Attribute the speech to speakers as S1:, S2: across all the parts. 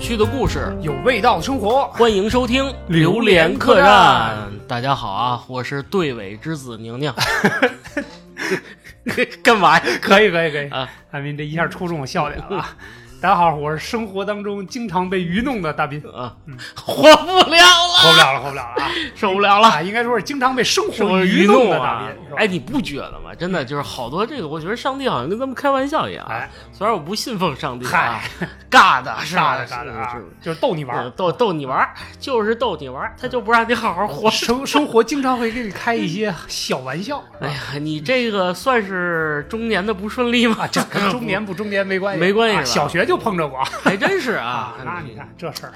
S1: 趣的故事，
S2: 有味道的生活。
S1: 欢迎收听《
S2: 榴
S1: 莲
S2: 莲
S1: 客
S2: 客栈》。
S1: 大家好啊，我是对尾之子宁 宁。干嘛呀？
S2: 可以，可以，可以
S1: 啊！
S2: 大斌这一下戳中我笑点了啊。 大家好，我是生活当中经常被愚弄的大 斌，
S1: 啊，活不了了，
S2: 活不了了，活不了了啊！
S1: 受不了了，
S2: 啊，应该说是经常被生
S1: 受不
S2: 活
S1: 了
S2: 愚
S1: 弄
S2: 的
S1: 啊
S2: 大斌。！
S1: 哎，
S2: 哎
S1: 你不觉得吗？真的就是好多这个，我觉得上帝好像跟咱们开玩笑一样。啊
S2: 哎，
S1: 虽然我不信奉上帝啊，尬的，是吧
S2: 尬的尬的啊
S1: 是是，
S2: 就是逗你玩
S1: 嗯
S2: 儿。
S1: 逗逗你玩儿，就是逗你玩儿，他就不让你好好 活。
S2: 生生活经常会给你开一些小玩笑，
S1: 哎呀，你这个算是中年的不顺利吗？
S2: 啊，这跟中年不中年没关系，
S1: 没关系
S2: 啊
S1: 是吧
S2: 小学就碰 着过
S1: 还真是啊
S2: 啊，。那你看这事儿，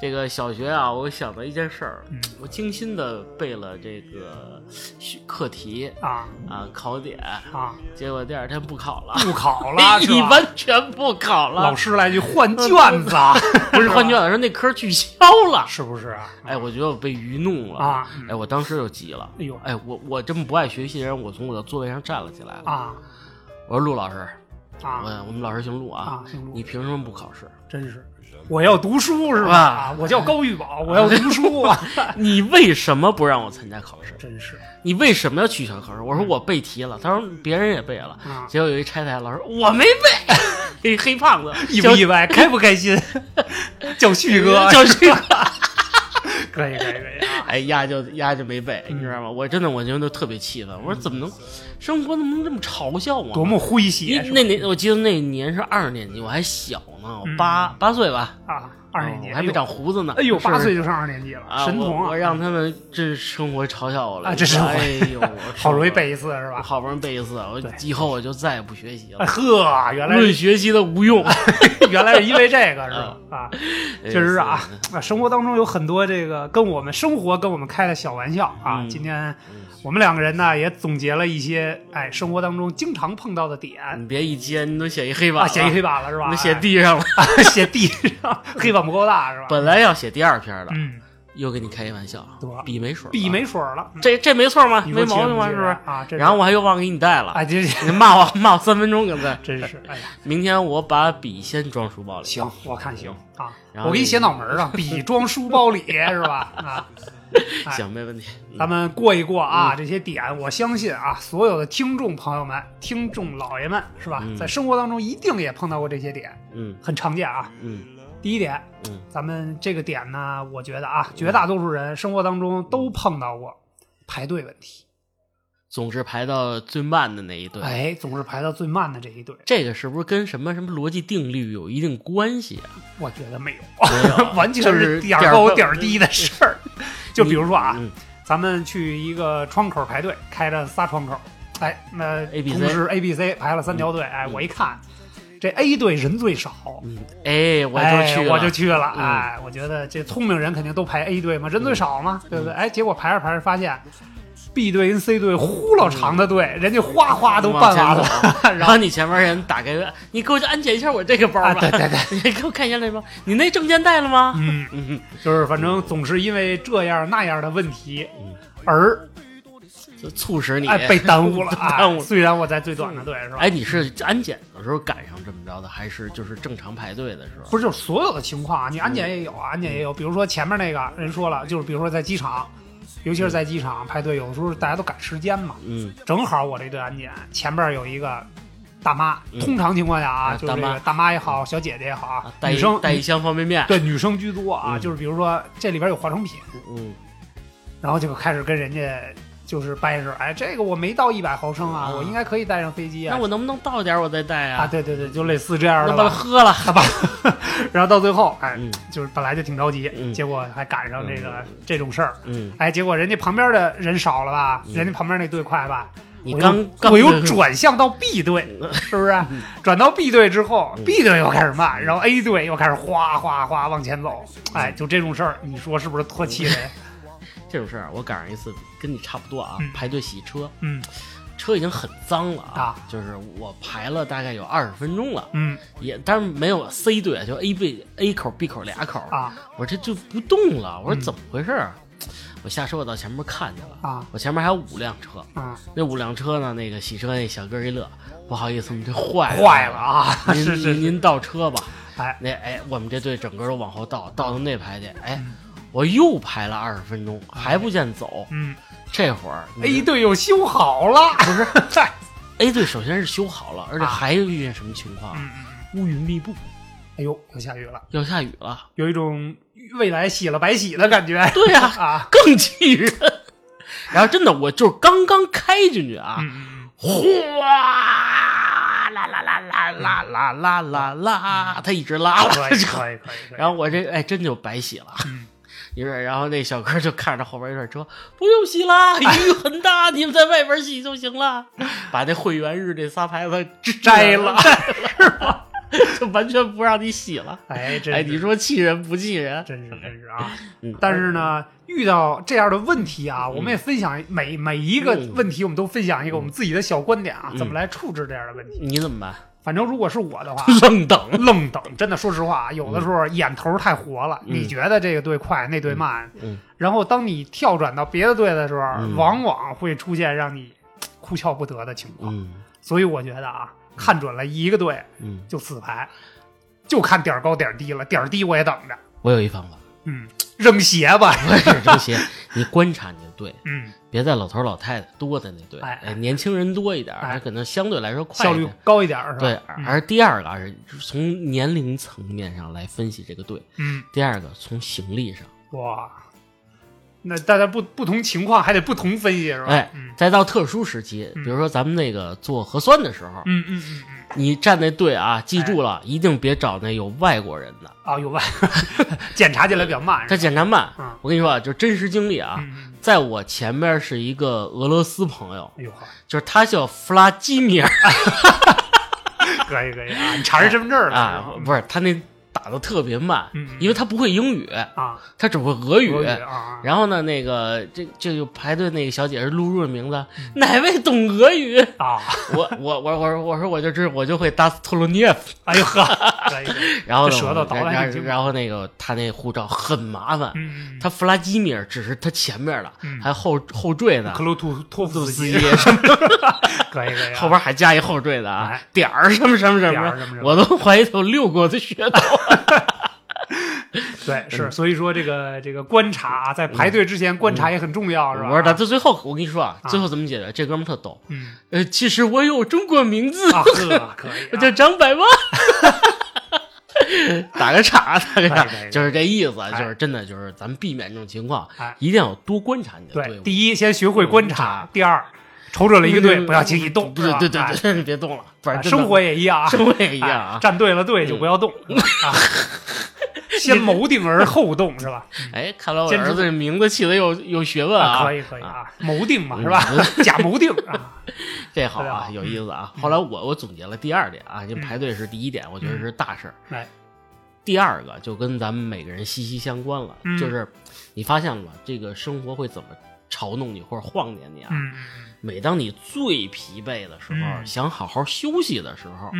S1: 这个小学啊，我想到一件事儿
S2: 嗯，
S1: 我精心的背了这个学课题
S2: 啊
S1: 啊考点，
S2: 啊，
S1: 结果第二天不考了，
S2: 不考了，是
S1: 你
S2: 吧？
S1: 完全不考
S2: 老
S1: 了，
S2: 师来句换卷子啊，
S1: 不是换卷
S2: 子，
S1: 子，说那科取消了。
S2: 是不是啊？
S1: 哎，我觉得我被愚弄了。
S2: 啊，嗯
S1: 哎，我当时就急了，
S2: 哎呦
S1: 哎，我我这么不爱学习的人，我从我的座位上站了起来了。
S2: 啊
S1: 我说陆老师，
S2: 啊
S1: 我我们老师姓陆啊
S2: 啊，姓陆啊
S1: 你凭什么不考试？
S2: 真是，我要读书是吧？
S1: 啊
S2: 啊，我叫高玉宝，我要读 书啊！
S1: 你为什么不让我参加考试？
S2: 真是
S1: 你为什么要取消考试？我说我背题了，他说别人也背了，
S2: 啊
S1: 结果有一拆台老师我没背， 那黑胖子
S2: 意不意外，开不开心？ 叫旭哥，
S1: 叫旭哥，
S2: 可以可以可以啊！
S1: 哎丫就丫就没背，你知道吗？我真的我觉得特别气愤，我说怎么能生活怎么能这么嘲笑嗯我呢？
S2: 多么诙
S1: 你
S2: 谐是吧
S1: 那年我记得那年是二年级，我还小呢，我八八岁吧，哦
S2: 啊！二年级
S1: 我还没长，胡子呢，
S2: 哎呦，
S1: 是不是
S2: 八岁就上二年级
S1: 啊，
S2: 了，神童
S1: 我我
S2: 啊！
S1: 让他们这生活嘲笑我了
S2: 啊这生活
S1: 哎呦，我
S2: 好
S1: 受不
S2: 容易
S1: 了
S2: 背一次是
S1: 我
S2: 吧？
S1: 好不容易背一次，我
S2: 对
S1: 以后我嗯就再也不学习
S2: 哎
S1: 了。
S2: 呵，原来
S1: 论学习的无用，
S2: 原来是因为这个是吧？
S1: 嗯
S2: 啊，
S1: 哎
S2: 确实是啊啊！生活当中有很多这个跟我们生活跟我们开的小玩笑啊。
S1: 嗯
S2: 今天我们两个人呢也总结了一些哎生活当中经常碰到的点
S1: 啊你别一接，你都写一黑板
S2: 啊，
S1: 了，
S2: 写一黑板了是吧？
S1: 你写地上了。
S2: 哎 写地上，黑板不够大是吧？
S1: 本来要写第二篇的，
S2: 嗯，
S1: 又给你开一玩笑啊
S2: 对，
S1: 笔没水，
S2: 笔，没水了，嗯
S1: 这这没错吗？
S2: 你
S1: 没
S2: 说
S1: 毛
S2: 气
S1: 病吗？
S2: 气
S1: 是不是？
S2: 啊？这
S1: 然后我还又忘给你带了，
S2: 啊，这这
S1: 你骂我骂我三分钟，刚才。
S2: 真是哎呀，
S1: 明天我把笔先装书包里。
S2: 行，我看行啊
S1: 然，后
S2: 我给你
S1: 这
S2: 写脑门儿上，笔装书包 里是吧？ 啊。哎
S1: 行，没问题。
S2: 咱们过一过啊，这些点，我相信啊，所有的听众朋友们、听众老爷们，是吧
S1: 嗯？
S2: 在生活当中一定也碰到过这些点，
S1: 嗯
S2: 很常见啊。
S1: 嗯
S2: 第一点，
S1: 嗯
S2: 咱们这个点呢，我觉得啊，绝大多数人生活当中都碰到过排队问题，
S1: 总是排到最慢的那一队。
S2: 哎，总是排到最慢的这一队。
S1: 这个是不是跟什么什么逻辑定律有一定关系啊？
S2: 我觉得没有，
S1: 没有
S2: 完全
S1: 就是
S2: 点
S1: 点
S2: 儿
S1: 儿
S2: 高
S1: 高
S2: 点儿低的事儿。就比如说啊，
S1: 嗯
S2: 咱们去一个窗口排队，开着仨窗口，哎，那
S1: A B C
S2: 同时 A、B、C 排了三条队，哎，我一看这 A 队人最少，
S1: 嗯，哎，我就
S2: 哎
S1: 去了，
S2: 我就去了，
S1: 嗯
S2: 哎，我觉得这聪明人肯定都排 A 队嘛，人最少嘛，对不
S1: 嗯
S2: 对？哎，结果排着排着发现 B 队跟 C 队呼老长的队，
S1: 嗯
S2: 人家哗哗都办完了，
S1: 然后你前面人打开，你给我安检一下我这个包吧。
S2: 啊对对
S1: 对， 你给我看一下那包，你那证件带了吗？
S2: 嗯，
S1: 嗯，
S2: 就是反正总是因为这样那样的问题
S1: 嗯
S2: 而
S1: 就促使你。
S2: 哎被耽 误了，哎
S1: 耽误了
S2: 虽然我在最短的队是吧？
S1: 哎，你是安检的时候赶上这么着的，还是就是正常排队的时候？
S2: 不是，就是所有的情况啊，你安检
S1: 嗯
S2: 也有啊，安检也有。比如说前面那个人说了，就是比如说在机场，尤其是在机场排队，有的时候大家都赶时间嘛，
S1: 嗯，
S2: 正好我这队安检前边有一个大妈，
S1: 嗯
S2: 通常情况下啊，
S1: 啊
S2: 就是这
S1: 大妈
S2: 个大妈也好，小姐姐也好啊
S1: 啊，带
S2: 女
S1: 一
S2: 生
S1: 带一箱方便面。
S2: 对女生居多啊，
S1: 嗯
S2: 就是比如说这里边有化妆品，
S1: 嗯，
S2: 然后就开始跟人家就是掰扯，哎，这个我没到一百毫升啊，
S1: 嗯
S2: 我应该可以带上飞机
S1: 那
S2: 啊，
S1: 我能不能倒点儿我再带
S2: 啊，
S1: 啊？
S2: 对对对，就类似这样的
S1: 那把它
S2: 吧。
S1: 喝了。
S2: 好吧，然后到最后，哎，
S1: 嗯
S2: 就是本来就挺着急，
S1: 嗯
S2: 结果还赶上这个、
S1: 嗯
S2: 这种事儿，
S1: 嗯，
S2: 哎，结果人家旁边的人少了吧，
S1: 嗯
S2: 人家旁边那队快吧，
S1: 你
S2: 我又
S1: 刚刚
S2: 我又转向到 B 队，是不是？转到 B 队之后
S1: 嗯嗯
S2: ，B 队又开始慢，然后 A 队又开始哗哗哗往前走，哎，就这种事儿，你说是不是特气人？
S1: 这种事儿，我赶上一次跟你差不多啊，
S2: 嗯
S1: 排队洗车，
S2: 嗯
S1: 车已经很脏了
S2: 啊
S1: 就是我排了大概有二十分钟了。
S2: 嗯
S1: 也，但是没有 C 队，就 A B A 口 B 口俩口。
S2: 啊
S1: 我这就不动了，我说
S2: 嗯
S1: 怎么回事儿？啊我下车我到前面看见了，
S2: 啊
S1: 我前面还有五辆车，
S2: 啊，
S1: 那五辆车呢，那个洗车那小哥一乐，不好意思，我们这坏
S2: 坏了啊！
S1: 您
S2: 是是
S1: 您您倒车吧，
S2: 哎
S1: 那哎，我们这队整个都往后倒，倒到那排去，哎，我又排了二十分钟，还不见走。
S2: 嗯
S1: 这会儿你
S2: ，A 队又修好了，不 是？
S1: A 队首先是修好了，而且
S2: 啊
S1: 还遇见什么情况？
S2: 嗯，嗯
S1: 乌云密布，
S2: 哎呦，要下雨了，
S1: 要下雨了。
S2: 有一种未来洗了白洗的感觉。
S1: 对呀、
S2: 啊，
S1: 更气人。然后真的，我就是刚刚开进去啊，
S2: 嗯，
S1: 哗啦啦啦啦啦啦啦啦啦，他一直拉了。
S2: 可以可以可以。可以
S1: 然后我这哎真就白洗了
S2: 嗯，
S1: 你说，然后那小哥就看着后边有点车，不用洗啦，雨很 大，你们在外边洗就行了。 把那会员日这仨牌子摘
S2: 摘
S1: 了
S2: 了，
S1: 是吧？就完全不让你洗了。
S2: 哎，真
S1: 哎，
S2: 是
S1: 你说气人不气人？
S2: 真是真是啊！
S1: 嗯
S2: 但是呢，遇到这样的问题啊，我们也分享每每一个
S1: 嗯
S2: 问题，我们都分享一个我们自己的小观点啊，
S1: 嗯
S2: 怎么来处置这样的问题。
S1: 你怎么办？
S2: 反正如果是我的话，
S1: 愣等。
S2: 愣等，真的，说实话啊，有的时候眼头太活了，
S1: 嗯
S2: 你觉得这个队快，那队慢，
S1: 嗯
S2: 然后当你跳转到别的队的时候，
S1: 嗯
S2: 往往会出现让你哭笑不得的情况。
S1: 嗯
S2: 所以我觉得啊，看准了一个队
S1: 嗯，
S2: 就死排，就看点儿高点儿低了，点儿低我也等着，
S1: 我有一 方法，
S2: 嗯，扔鞋 吧，
S1: 我也是这些。你观察你的队，
S2: 嗯，
S1: 别在老头老太太多的那队，
S2: 哎
S1: 哎，年轻人多一点，
S2: 哎
S1: 他可能相对来说快
S2: 效
S1: 一
S2: 率
S1: 点。
S2: 高一点儿是吧？
S1: 对，
S2: 嗯
S1: 而第二个啊是从年龄层面上来分析这个队，
S2: 嗯，
S1: 第二个从行力上，
S2: 哇，那大家不不同情况还得不同分析是吧？
S1: 哎
S2: 嗯，
S1: 再到特殊时期，比如说咱们那个做核酸的时候，
S2: 嗯哎嗯嗯嗯，
S1: 你站那队啊，记住了，一定别找那有外国人的，
S2: 啊，有外 检查起来比较慢
S1: 他
S2: 是吧？
S1: 检查慢
S2: 嗯。
S1: 我跟你说啊，就真实经历啊，
S2: 嗯嗯，
S1: 在我前边是一个俄罗斯朋友，
S2: 哎呦呵，
S1: 就是他叫弗拉基米尔。
S2: 可以可以啊，你查人身份证了
S1: 啊，
S2: 是吧
S1: 不是他那打的特别慢，
S2: 嗯嗯
S1: 因为他不会英语，
S2: 啊，
S1: 他只会俄语。
S2: 俄语啊，
S1: 然后呢，那个这这就排队那个小姐是录入的名字，
S2: 嗯
S1: 哪位懂俄语？
S2: 啊啊，
S1: 我我我我说我说我就知我就会 das t o l o n i e
S2: 哎呦呵，可以，可 以
S1: 然后呢，
S2: 这舌头
S1: 我
S2: 捣
S1: 然
S2: 乱
S1: 然
S2: 已经
S1: 然后那个他那护照很麻烦，
S2: 嗯，
S1: 他弗拉基米尔只是他前面的，
S2: 嗯
S1: 还后后缀呢
S2: 克，鲁图托夫斯
S1: 司
S2: 基
S1: 机，
S2: 可以可以啊，
S1: 后边还加一后缀的啊
S2: 哎，
S1: 点儿什么什么什
S2: 点
S1: 么
S2: 儿什么什么
S1: 我都怀疑他有六国的血统。
S2: 对
S1: 嗯
S2: 是，所以说这个这个观察啊，在排队之前观察也很重要是吧？
S1: 嗯我说到最后，我跟你说啊，
S2: 啊
S1: 最后怎么解决？这哥们儿特逗，
S2: 嗯
S1: 呃，其实我有中国名字，
S2: 啊呵，可以
S1: 我
S2: 啊
S1: 叫张百万。打个岔，打个岔
S2: 哎哎，哎
S1: 就是这意思，就是真的，就是咱们避免这种情况
S2: 哎，
S1: 一定要多观察你的队
S2: 对，
S1: 伍。
S2: 第一先学会观察，第二瞅准了一个队，不要轻易动，
S1: 对
S2: 是吧
S1: 嗯对对
S2: 哎
S1: 对，别动了，不然
S2: 啊
S1: 真的
S2: 生活也一样啊，
S1: 生活也一样
S2: 哎
S1: 啊。
S2: 站对了队就不要 动，啊，先谋定而后动是吧？
S1: 哎，看来我
S2: 坚持
S1: 儿子这名字起的有有学问
S2: 啊，
S1: 啊，
S2: 可以可以
S1: 啊，
S2: 啊，谋定嘛是吧？假谋定 啊，
S1: 这好啊，
S2: 对啊
S1: 有意思啊。后来我我总结了第二点啊，就排队是第一点，我觉得是大事儿。
S2: 来，
S1: 第二个就跟咱们每个人息息相关了，
S2: 嗯
S1: 就是你发现了吗？这个生活会怎么嘲弄你或者晃点你啊？
S2: 嗯
S1: 每当你最疲惫的时候，
S2: 嗯
S1: 想好好休息的时候，啊、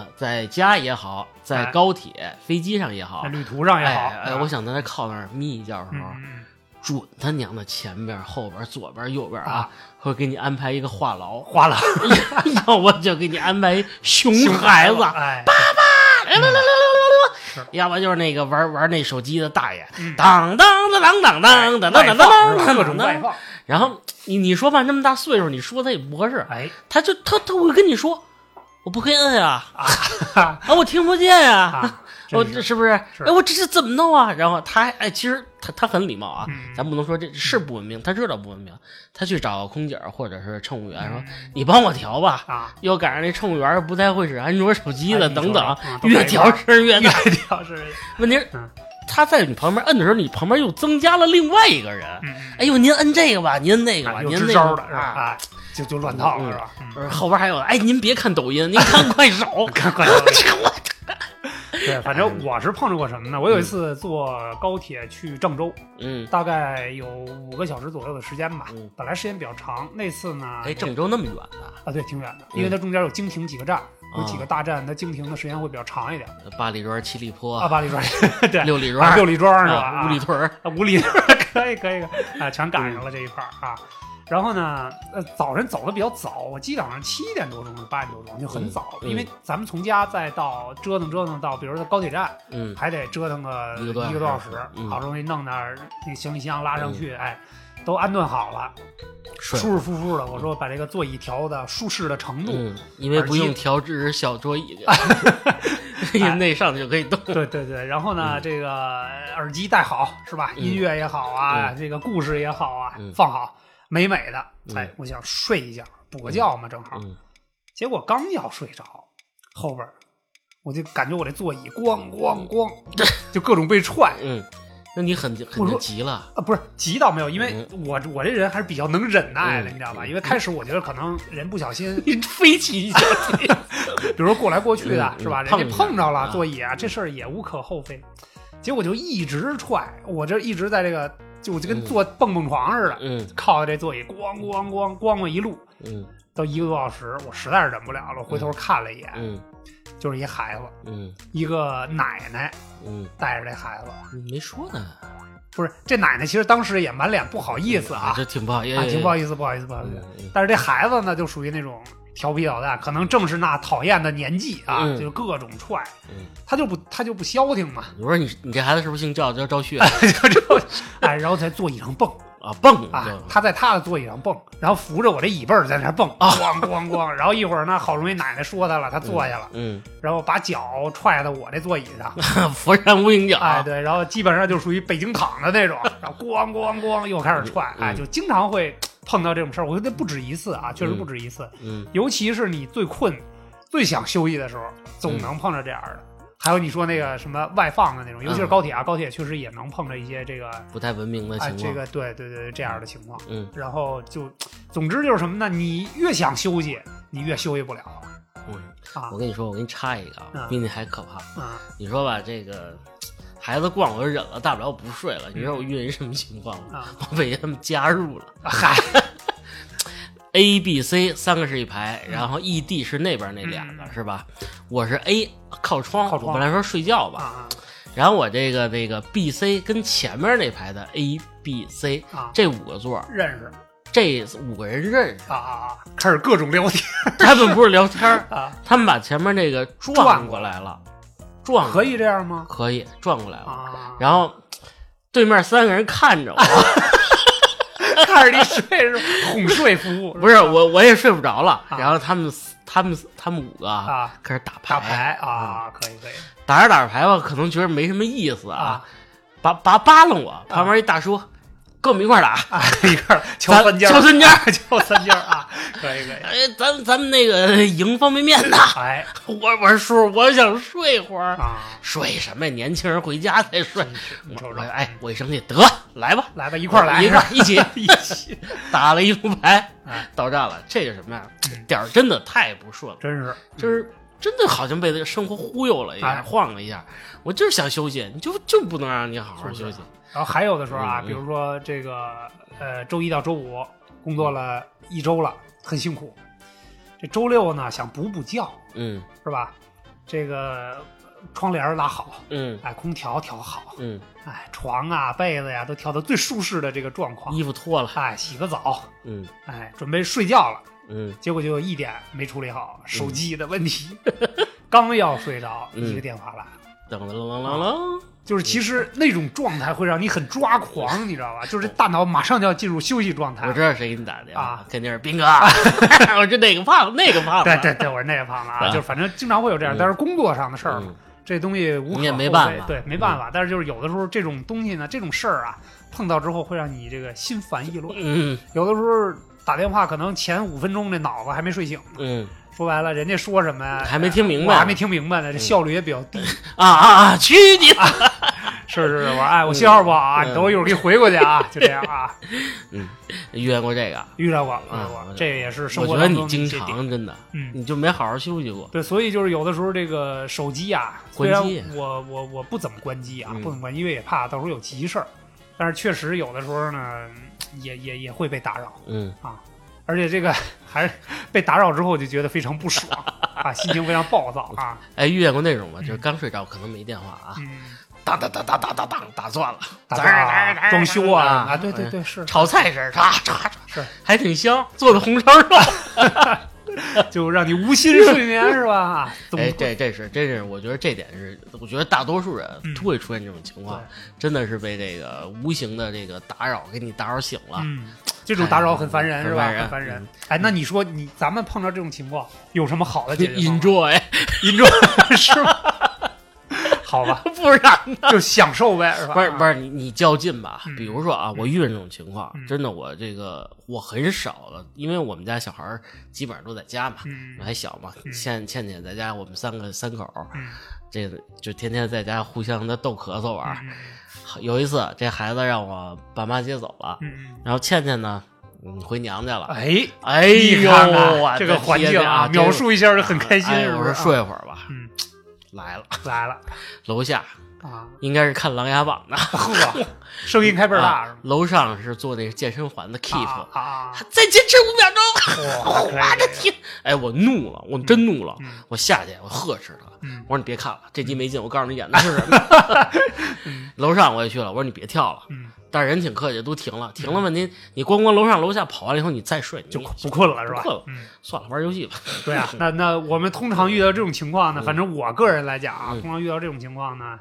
S2: 嗯，
S1: 在家也好，在
S2: 哎
S1: 高铁、飞机上也好
S2: 在，旅途上也好，
S1: 哎哎，
S2: 啊
S1: 我想在那靠那儿眯一觉的时
S2: 嗯
S1: 候，
S2: 嗯
S1: 准他娘的前边、后边、左边、右边啊
S2: 啊，
S1: 会给你安排一个话痨，
S2: 花了
S1: 要我就给你安排一熊孩
S2: 嗯孩
S1: 子，
S2: 哎，
S1: 来来来来来来来，要不就是那个玩玩那手机的大爷，当当当当当当当
S2: 外
S1: 当当
S2: 放是吧
S1: 当
S2: 各种外
S1: 当。
S2: 放，
S1: 然后你你说吧，那么大岁数，你说他也不合适，
S2: 哎，
S1: 他就他他会跟你说，我不会摁呀，
S2: 啊哈
S1: 啊我听不见呀，
S2: 啊，
S1: 我
S2: 真是
S1: 这是不是？
S2: 是
S1: 哎我这是怎么弄啊？然后他还哎，其实他他很礼貌啊，
S2: 嗯
S1: 咱不能说这是不文明，他知道不文明，他去找空姐儿或者是乘务员说，你帮我调吧，
S2: 啊，
S1: 又赶上那乘务员儿不太会使安卓手机的，
S2: 哎你说
S1: 等等
S2: 说啊，都
S1: 越
S2: 没
S1: 调
S2: 法儿
S1: 声儿越
S2: 越
S1: 大。
S2: 调是，
S1: 问题是
S2: 嗯，
S1: 他在你旁边摁的时候，你旁边又增加了另外一个人。
S2: 嗯嗯
S1: 哎呦，您摁这个吧，您摁那个吧，
S2: 啊有
S1: 哎您
S2: 支
S1: 那
S2: 招
S1: 个
S2: 的是吧？
S1: 吧。
S2: 啊，就就乱套了是吧？嗯。
S1: 不是后边还有，哎，您别看抖音，您看快手
S2: 看快乐。 对，反正我是碰着过什么呢？我有一次坐高铁去郑州，
S1: 嗯，
S2: 大概有五个小时左右的时间吧
S1: 嗯。
S2: 本来时间比较长，那次呢，
S1: 哎，郑州那么远呢，
S2: 啊，对，挺远的，
S1: 嗯
S2: 因为它中间有经停几个站，有几
S1: 啊
S2: 个大站，它经停的时间会比较长一点。
S1: 八里庄、七里
S2: 啊，
S1: 坡、
S2: 八里庄， 对，
S1: 六里
S2: 啊
S1: 庄、
S2: 六里庄是吧？
S1: 啊
S2: 啊
S1: 五里屯儿，
S2: 啊，五里可以可以可以啊，全赶上了这一块儿啊。然后呢，呃，早晨走的比较早，我记得好像七点多钟、八点多钟就很早，
S1: 嗯嗯
S2: 因为咱们从家再到折腾折腾到，比如说高铁站，
S1: 嗯，
S2: 还得折腾个
S1: 一
S2: 一
S1: 个多小时
S2: 个多小时，
S1: 嗯
S2: 好不容易弄那儿那行李箱拉上去，哎，都安顿好了，舒
S1: 睡
S2: 舒服服的。我说把这个座椅调的舒适的程度，
S1: 嗯，因为不用调制小桌 椅，
S2: 哎
S1: 内上去就可以动。
S2: 对对对，然后呢，这个呃耳机戴好是吧？
S1: 嗯
S2: 音乐也好啊，这个故事也好啊，
S1: 嗯
S2: 放好，美美的。哎
S1: 嗯，
S2: 我想睡一觉，补个觉嘛，正好。
S1: 嗯
S2: 结果刚要睡着，后边儿我就感觉我这座椅咣咣咣，就各种被踹。
S1: 嗯，那你很很
S2: 我说
S1: 急 了，
S2: 啊，不是急倒没有，因为我我这人还是比较能忍耐的，
S1: 嗯
S2: 你知道吧？因为开始我觉得可能人不小心，
S1: 你飞 起一脚，
S2: 比如说过来过去的
S1: 嗯
S2: 是吧？
S1: 嗯
S2: 人家
S1: 碰一下
S2: 碰着
S1: 啊
S2: 了座椅啊，这事儿也无可厚非。结果就一直踹，我这一直在这个，就我就跟
S1: 嗯
S2: 坐蹦蹦床似的，
S1: 嗯
S2: 靠在这座椅咣咣咣咣了一路，
S1: 嗯
S2: 到一个多小时，我实在是忍不了了，我回头看了一眼，
S1: 嗯
S2: 就是一孩子，
S1: 嗯
S2: 一个奶奶
S1: 嗯，
S2: 带着这孩子，
S1: 你没说呢，
S2: 不是这奶奶其实当时也满脸不好意思啊，
S1: 这挺不好嗯意
S2: 啊，
S1: 思，
S2: 挺不好
S1: 意
S2: 意思，不好意思，啊不好意思。
S1: 思
S2: 但是这孩子呢，就属于那种调皮捣蛋，可能正是那讨厌的年纪啊，
S1: 嗯
S2: 就各种踹，
S1: 嗯
S2: 他就不他就不消停 嘛，
S1: 我说你你这孩子是不是姓赵叫赵 旭啊？
S2: 就就哎，然后在座椅上蹦
S1: 啊蹦
S2: 啊
S1: 对，
S2: 他在他的座椅上蹦，然后扶着我这椅背儿在那儿蹦，
S1: 啊
S2: 咣咣咣，然后一会儿呢，好容易奶奶说他了，他坐下了，
S1: 嗯， 啊
S2: 然后把脚踹到我这座椅上，
S1: 佛山无影脚，
S2: 哎，对，然后基本上就属于北京躺的那 种，然后咣咣咣又开始踹，
S1: 嗯
S2: 哎，就经常会碰到这种事儿，我觉得不止一次啊，确实不止一次。
S1: 嗯，
S2: 尤其是你最困、最想休息的时候，总能碰着这样的。还有你说那个什么外放的
S1: 嗯
S2: 那种，尤其是高铁啊，高铁确实也能碰着一些这个啊、
S1: 不太文明的情况，
S2: 这个对对对这样的情况。
S1: 嗯
S2: 然后就，总之就是什么呢？你越想休息，你越休息不了
S1: 嗯，
S2: 啊
S1: 我跟你说，我给你插一个啊，
S2: 嗯
S1: 比你还可怕。
S2: 啊！
S1: 你说吧，这个孩子逛我就忍了，大不了我不睡了。你说我遇人什么情况吗？
S2: 啊
S1: 我 被他们加入了
S2: 嗨，
S1: A、B、C 三个是一排，然后 E、D 是那边那两个
S2: 嗯
S1: 是吧？我是 A 靠窗，
S2: 靠窗
S1: 我本来说睡觉吧，
S2: 啊
S1: 然后我这个这个 B、C 跟前面那排的 A、B、C
S2: 啊！
S1: 这五个座儿，
S2: 认识
S1: 这五个人认识，
S2: 啊啊啊！开始各种 聊天
S1: 他们不是聊天儿，
S2: 啊，
S1: 他们把前面那个转过来了，转过
S2: 可以这样吗？
S1: 可以转过来了。
S2: 啊，
S1: 然后对面三个人看着我，
S2: 看着你睡是吧哄睡服务
S1: 不是我，我也睡不着了。
S2: 啊
S1: 然后他们四他们他们五个啊
S2: 啊，
S1: 开始打牌，
S2: 打牌啊，
S1: 哎嗯
S2: 可以可以
S1: 打着打着牌吧，可能觉得没什么意思啊
S2: 啊，，
S1: 拔拔扒拉我，旁边一大叔，跟我们一 块儿打，
S2: 啊，一块儿敲
S1: 咱
S2: 三尖儿，
S1: 敲三尖儿
S2: 敲三尖 儿啊，可以可以。
S1: 哎，咱咱们那个赢方便面的，
S2: 哎
S1: 我我说叔，我想睡会儿，
S2: 啊，
S1: 睡什么呀？年轻人回家再睡。
S2: 你瞅
S1: 我
S2: 瞅，
S1: 哎，我一生气，得来吧，
S2: 来吧，一块儿来，
S1: 一块儿一起
S2: 一起，
S1: 打了一副牌
S2: 哎，
S1: 到站了。这个什么呀
S2: 嗯？
S1: 点儿真的太不顺了，
S2: 真是
S1: 就是真的好像被这个生活忽悠了一下，
S2: 嗯哎
S1: 晃了一下。我就是想休息，你就就不能让你好好
S2: 是
S1: 休
S2: 不是
S1: 息？
S2: 然后还有的时候啊，
S1: 嗯嗯
S2: 比如说这个呃，周一到周五工作了一周了，很辛苦。这周六呢，想补补觉
S1: 嗯
S2: 是吧？这个窗帘儿拉好，
S1: 嗯
S2: 哎，空调调好，
S1: 嗯，
S2: 哎，床啊、被子呀、都调到最舒适的这个状况。
S1: 衣服脱了，
S2: 哎，洗个澡，
S1: 嗯
S2: 哎，准备睡觉了。
S1: 嗯
S2: 结果就一点没处理好手机的问题， 刚要睡着，
S1: 嗯
S2: 一个电话来了。
S1: 噔噔噔噔噔，
S2: 就是其实那种状态会让你很抓狂，你知道吧？就是大脑马上就要进入休息状态
S1: 嗯我。知道谁给你打的电话
S2: 啊，
S1: 肯定是斌哥。 我说哪个胖那个胖子，
S2: 对对对，我是那个胖子啊，
S1: 啊
S2: 就是反正经常会有这样
S1: 嗯，
S2: 但是工作上的事儿嘛
S1: 嗯，
S2: 这东西无可
S1: 你也没
S2: 厚
S1: 办
S2: 非
S1: 法嗯
S2: 对，没办法。但是就是有的时候这种东西呢，这种事儿啊，碰到之后会让你这个心烦意乱。
S1: 嗯
S2: 有的时候打电话可能前五分钟这脑子还没睡醒，
S1: 嗯
S2: 说白了人家说什么呀
S1: 还没听明白
S2: 我还没听明白呢，
S1: 嗯
S2: 这效率也比较低。
S1: 啊啊啊，去你的！
S2: 是是是，我说哎，我信号不好啊，
S1: 嗯
S2: 你等我一会儿给你回过去啊，就这样啊，
S1: 遇见过这个，
S2: 遇到过，遇
S1: 啊
S2: 到过
S1: 我，
S2: 这也是生
S1: 我
S2: 活
S1: 觉得
S2: 当
S1: 你
S2: 中的
S1: 经
S2: 一些点，
S1: 常真的，
S2: 嗯。
S1: 你就没好好休息过。
S2: 对，所以就是有的时候这个手机啊，虽然
S1: 关机
S2: 我我我不怎么关机啊，
S1: 嗯
S2: 不怎么关机，因为也怕到时候有急事儿。但是确实有的时候呢，也也也会被打扰，
S1: 嗯
S2: 而且这个还是被打扰之后就觉得非常不爽啊，心情非常暴躁啊。
S1: 哎，遇见过那种吧，就是刚睡着，可能没电话啊，
S2: 嗯，
S1: 当当当当当当当打钻了，
S2: 打
S1: 滋
S2: 造
S1: 儿滋儿滋
S2: 啊
S1: 儿
S2: 装修啊
S1: 啊
S2: 啊，对对对，是
S1: 炒菜时叉叉
S2: 是，
S1: 还挺香，做的红烧肉。
S2: 就让你无心睡眠是吧？总
S1: 哎，这这是真是，我觉得这点是，我觉得大多数人
S2: 嗯
S1: 都会出现这种情况，真的是被这个无形的这个打扰给你打扰醒了。
S2: 嗯，这种打扰很烦
S1: 哎
S2: 人是
S1: 很
S2: 吧？
S1: 烦人
S2: 很烦人。哎，那你说你咱们碰到这种情况有什么好的
S1: 就
S2: 解决方法？
S1: enjoy，
S2: 引住是吧？ 好吧，
S1: 不然
S2: 就享受呗是吧？
S1: 不是不
S2: 是，
S1: 是你你较劲吧？
S2: 啊嗯
S1: 比如说啊，我遇见这种情况，
S2: 嗯
S1: 真的我这个我很少了，因为我们家小孩儿基本上都在家嘛，
S2: 嗯
S1: 我还小嘛，倩倩倩在家，我们三个三口儿，
S2: 嗯
S1: 这个就天天在家互相的逗咳嗽玩儿。
S2: 嗯
S1: 有一次，这孩子让我爸妈接走了，
S2: 嗯，
S1: 然后倩倩呢，嗯，回娘家了。
S2: 哎。
S1: 哎
S2: 你
S1: 呦，
S2: 看看
S1: 我
S2: 这
S1: 的
S2: 个环
S1: 天
S2: 境
S1: 啊，
S2: 描述一下就很开心，
S1: 哎
S2: 是
S1: 我
S2: 不
S1: 说
S2: 是？
S1: 睡会儿吧，
S2: 嗯
S1: 来了，
S2: 来了
S1: 楼下
S2: 啊，
S1: 应该是看《琅琊榜》的，
S2: 呵，声音开 倍儿大是
S1: 啊
S2: 吗？
S1: 楼上是做那个健身环的 keep，
S2: 啊啊，
S1: 再坚持五秒钟。
S2: 哇，可 以
S1: 我的天！哎，我怒了，我真怒了，
S2: 嗯
S1: 我下去，我呵斥他，
S2: 嗯
S1: 我说你别看了，这集没劲，我告诉你演的是 什么。楼上我也去了，我说你别跳了，
S2: 嗯，
S1: 但是人挺客气，都停了，停了问题，你光光楼上楼下跑完了以后，你再睡，你
S2: 就不困了是吧？
S1: 不困了
S2: 嗯，
S1: 算了，玩游戏 吧。
S2: 对啊，那那我们通常遇到这种情
S1: 嗯
S2: 况呢，反正我个人来讲啊，通常遇到这种情况呢，